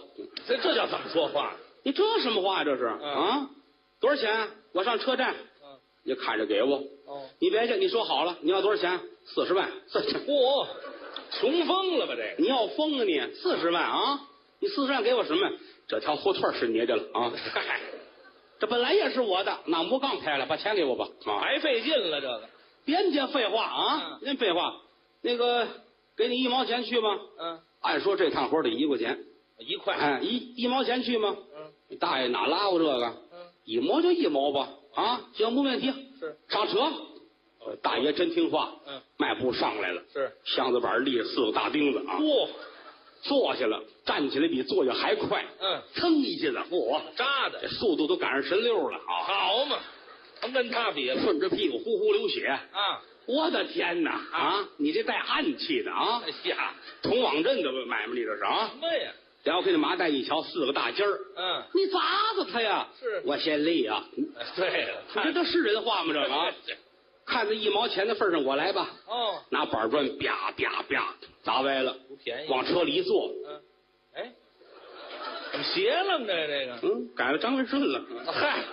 D: 这这叫怎么说话？
A: 你这什么话呀、这是啊？多少钱？我上车站，
C: 嗯，
A: 你看着给我。
C: 哦，
A: 你别介，你说好了，你要多少钱？四十万，四十。
D: 嚯，穷疯了吧这
A: 你要疯啊你！四十万啊！你四十万给我什么？这条胡同是你的了
C: (laughs)
A: 啊！
D: 个？嗨，
A: 这本来也是我的，哪木刚拍了，把钱给我吧
C: 哎
A: 啊！
D: 白费劲了这个。
A: 别你家废话
C: 嗯
A: 啊！别废话，那个给你一毛钱去吗？
C: 嗯，
A: 按说这趟活得一块钱，
D: 一块，
A: 哎，一一毛钱去吗？
C: 嗯
A: 你大爷哪拉过这个？
C: 嗯，
A: 一毛就一毛吧，啊，行，没问题。
C: 是哦
A: 上车，呃大爷真听话，
C: 嗯，
A: 迈步上来了，
C: 是，
A: 箱子板立着四个大钉子啊，
D: 嚯，
A: 坐下了，站起来比坐下还快，
C: 嗯，
A: 噌一下子，嚯，
D: 扎
A: 这
D: 的
A: 速度都赶上神溜了啊！
D: 好嘛，甭跟他比了
A: 顺着屁股呼呼流血，
C: 啊，
A: 我的天哪啊！你这带暗器的啊
D: 哎，呀，
A: 铜网镇的买卖，你这是啊
C: 什？么呀？
A: 然后给那麻袋一瞧，四个大尖儿，
C: 嗯，
A: 你砸死他呀！
C: 是
A: 我先立啊！你
D: 哎对了，，
A: 这这是人话吗？这个啊
D: 这
A: 看在一毛钱的份上，我来吧。
C: 哦，
A: 拿板砖啪啪啪砸歪了，
C: 不便宜。
A: 往车里一坐，
C: 嗯，哎，怎么斜楞着呀？这个，
A: 嗯，改了张文顺了，
C: 嗨，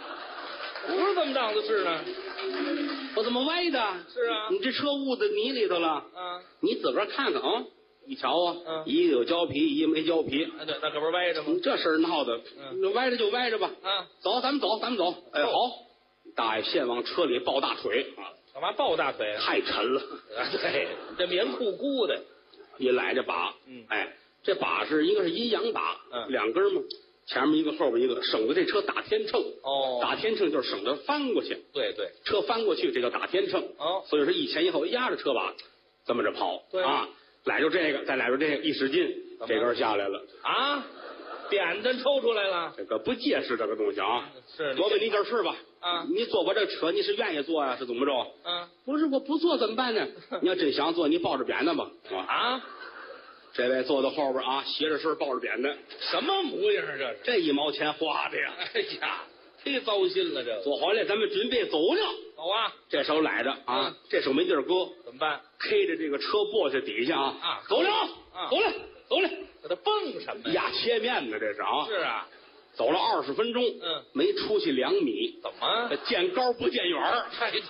C: 不是这么档子事呢。
A: 我怎么歪的？
C: 是啊
A: 你这车误在泥里头了，
C: 啊，
A: 你自个儿看看啊，一瞧啊，
C: 嗯
A: 一个有胶皮，一个没胶皮，
C: 哎那对，那可不是歪着吗？
A: 你这事儿闹的，
C: 嗯哦
A: 那歪着就歪着吧，
C: 啊，
A: 走，咱们走，咱们走，哎，好，大爷现往车里抱大腿，啊，
C: 干嘛抱大腿啊？
A: 太沉了，
C: 啊，对，这棉裤箍的，
A: 一来这把，
C: 嗯
A: 哎，这把是一个是阴阳把，
C: 嗯
A: 两根儿嘛，前面一个，后边一个，省得这车打天秤，
C: 哦
A: 打天秤就是省得翻过去。
C: 对对，
A: 车翻过去，这叫打天秤。
C: 哦，
A: 所以说一前一后压着车把，这么着跑，
C: 对
A: 啊，揽住这个，再揽住这个，一使劲，
C: 怎么了
A: 这根儿下来了。
C: 啊，扁担抽出来了，
A: 这个不结实这个东西啊。
C: 是你
A: 我问你点事吧，
C: 啊
A: 你坐我这车，你是愿意坐呀、是怎么着？
B: 嗯
C: 啊
A: 不是，我不坐怎么办呢？ (laughs) 你要真想坐，你抱着扁担 (laughs) 吧。啊，
C: 啊，
A: 这位坐到后边啊，斜着身抱着扁担，
C: 什么模样啊这是？
A: 这一毛钱花的呀。
C: 哎呀，忒糟心了，这个
A: 坐回来，咱们准备走了。
C: 走啊，
A: 这手揽着啊
C: 嗯，
A: 这手没地儿搁，
C: 怎么办？
A: K 着这个车簸箕底下啊，
C: 啊
A: 走了，
C: 啊
A: 走了，走了，
C: 给他蹦什么呀？
A: 压切面呢，这是啊，
C: 是啊，
A: 走了二十分钟，
C: 嗯，
A: 没出去两米，
C: 怎么？
A: 见高不见远儿
C: 哎对，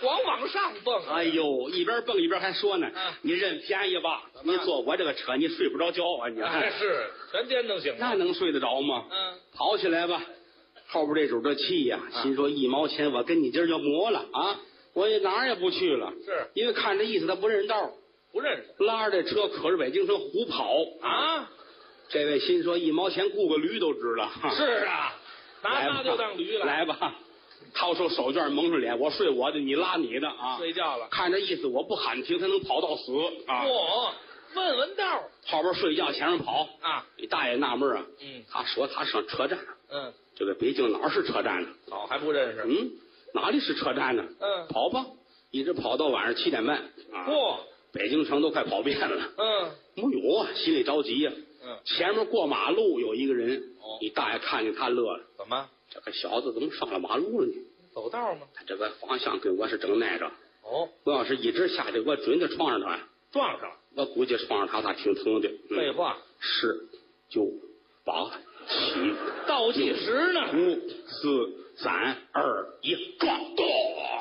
C: 光往上蹦，啊
A: 哎，呦，一边蹦一边还说呢，
C: 嗯
A: 你认便宜吧，
C: 怎么
A: 你坐我这个车你睡不着觉啊，你、
C: 哎是全颠弄醒
A: (laughs) 那
C: 了，
A: 能睡得着吗？
C: 啊嗯，
A: 跑起来吧，后边这主这气呀、心说一毛钱我跟你今儿就磨了啊，我也哪儿也不去了，
C: 是
A: 因为看这意思他不认道，
C: 不认识
A: 拉着这车可是北京城胡跑
C: 啊？
A: 这位心说一毛钱雇个驴都值了，哈
C: 是啊，拿
A: 来吧
C: 他就当驴了，
A: 来吧，掏出手绢蒙住脸，我睡我的，你拉你的啊。
C: 睡觉了。
A: 看这意思，我不喊停，他能跑到死啊！
C: 嚯，问问道儿
A: 后边睡觉，前面跑。
C: 啊，
A: 你大爷纳闷啊，
C: 嗯
A: 他说他上车站，
C: 嗯，
A: 这个北京哪儿是车站呢？
C: 哦还不认识，
A: 嗯，哪里是车站呢？
C: 嗯
A: 跑吧，一直跑到晚上七点半啊！
C: 嚯，
A: 北京城都快跑遍了。
C: 嗯
A: 木有啊，心里着急呀、
C: 嗯，
A: 前面过马路有一个人，
C: 哦
A: 你大爷看见他乐了，
C: 怎么
A: 这个小子怎么上了马路了呢？
C: 走道吗？
A: 他这个方向跟我是正挨着，
C: 哦，
A: 我要是一直下去，我准得撞上他呀。
C: 撞上了，
A: 我估计撞上他，他挺疼的。嗯
C: 废，话，
A: 十、九、八、七、
C: 倒计时呢，
A: 五、四、三、二、一，撞！咚！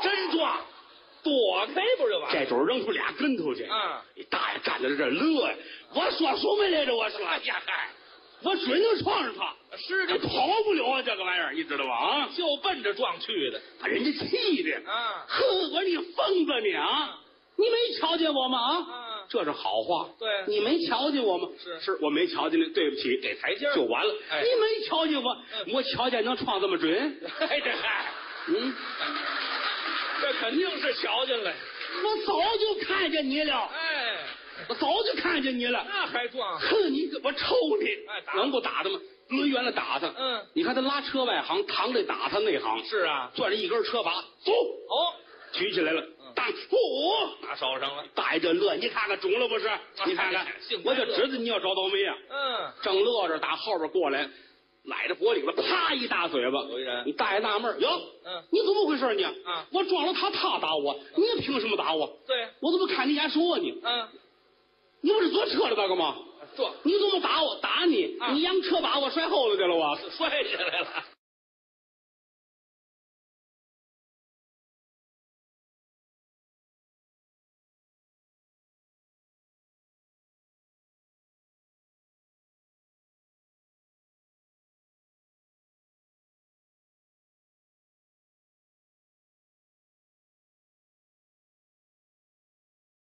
C: 真撞，躲开不就完了？
A: 这主儿扔出俩跟头去。
C: 啊，
A: 你大爷站在这儿乐呀！我说什么来着？我说，哎呀嗨，我准能撞上他，
C: 是
A: 这
C: 这
A: 跑不了啊，这个玩意儿，你知道吧？啊，
C: 就奔着撞去的 (laughs)
A: 把人家气的。
C: 啊
A: 呵，我说你疯子你啊！你没瞧见我吗？啊，
B: 嗯
C: 啊，
A: 这是好话。
C: 对
A: 你没瞧见我吗？
C: 是
A: 是，我没瞧见你，对不起，
C: 给台阶儿
A: 就完了。
C: 哎
A: 你没瞧见我，
C: 嗯
A: 我瞧见能撞这么准？
C: (laughs) 哎这嗨，
A: 嗯，
C: 这肯定是瞧见了，
A: 我早就看见你了，
C: 哎，
A: 我早就看见你了。
C: 那还撞，
A: 哼，你我抽你！
C: 嗯哎打
A: 能不打他吗？抡圆了打他。
C: 嗯，
A: 你看他拉车外行，扛着打他内行，
C: 是啊，
A: 攥着一根车把，走，
C: 哦，
A: 举起来了，
C: 嗯
A: 当，嚯、
C: 拿手上了，
A: 大爷这乐，你看看肿了不是？你看看
C: 哎幸，
A: 我
C: 灾
A: 就
C: 乐
A: 知道你要找倒霉啊！
C: 嗯，
A: 正乐着，打后边过来，揽着脖领子，啪一大嘴巴。
C: 有一人
A: 你大爷纳闷儿哟，
C: 嗯
A: 你怎么回事你？
C: 啊
A: 我撞了他，他打我，你凭什么打我？
C: 对，
A: 我怎么看你眼熟啊你？
C: 嗯，
A: 你不是坐车了吧，干嘛？
C: 这
A: 你怎么打我？打你！
C: 啊 (laughs)
A: 你扬车把我摔后头去了，我
C: 摔下来了。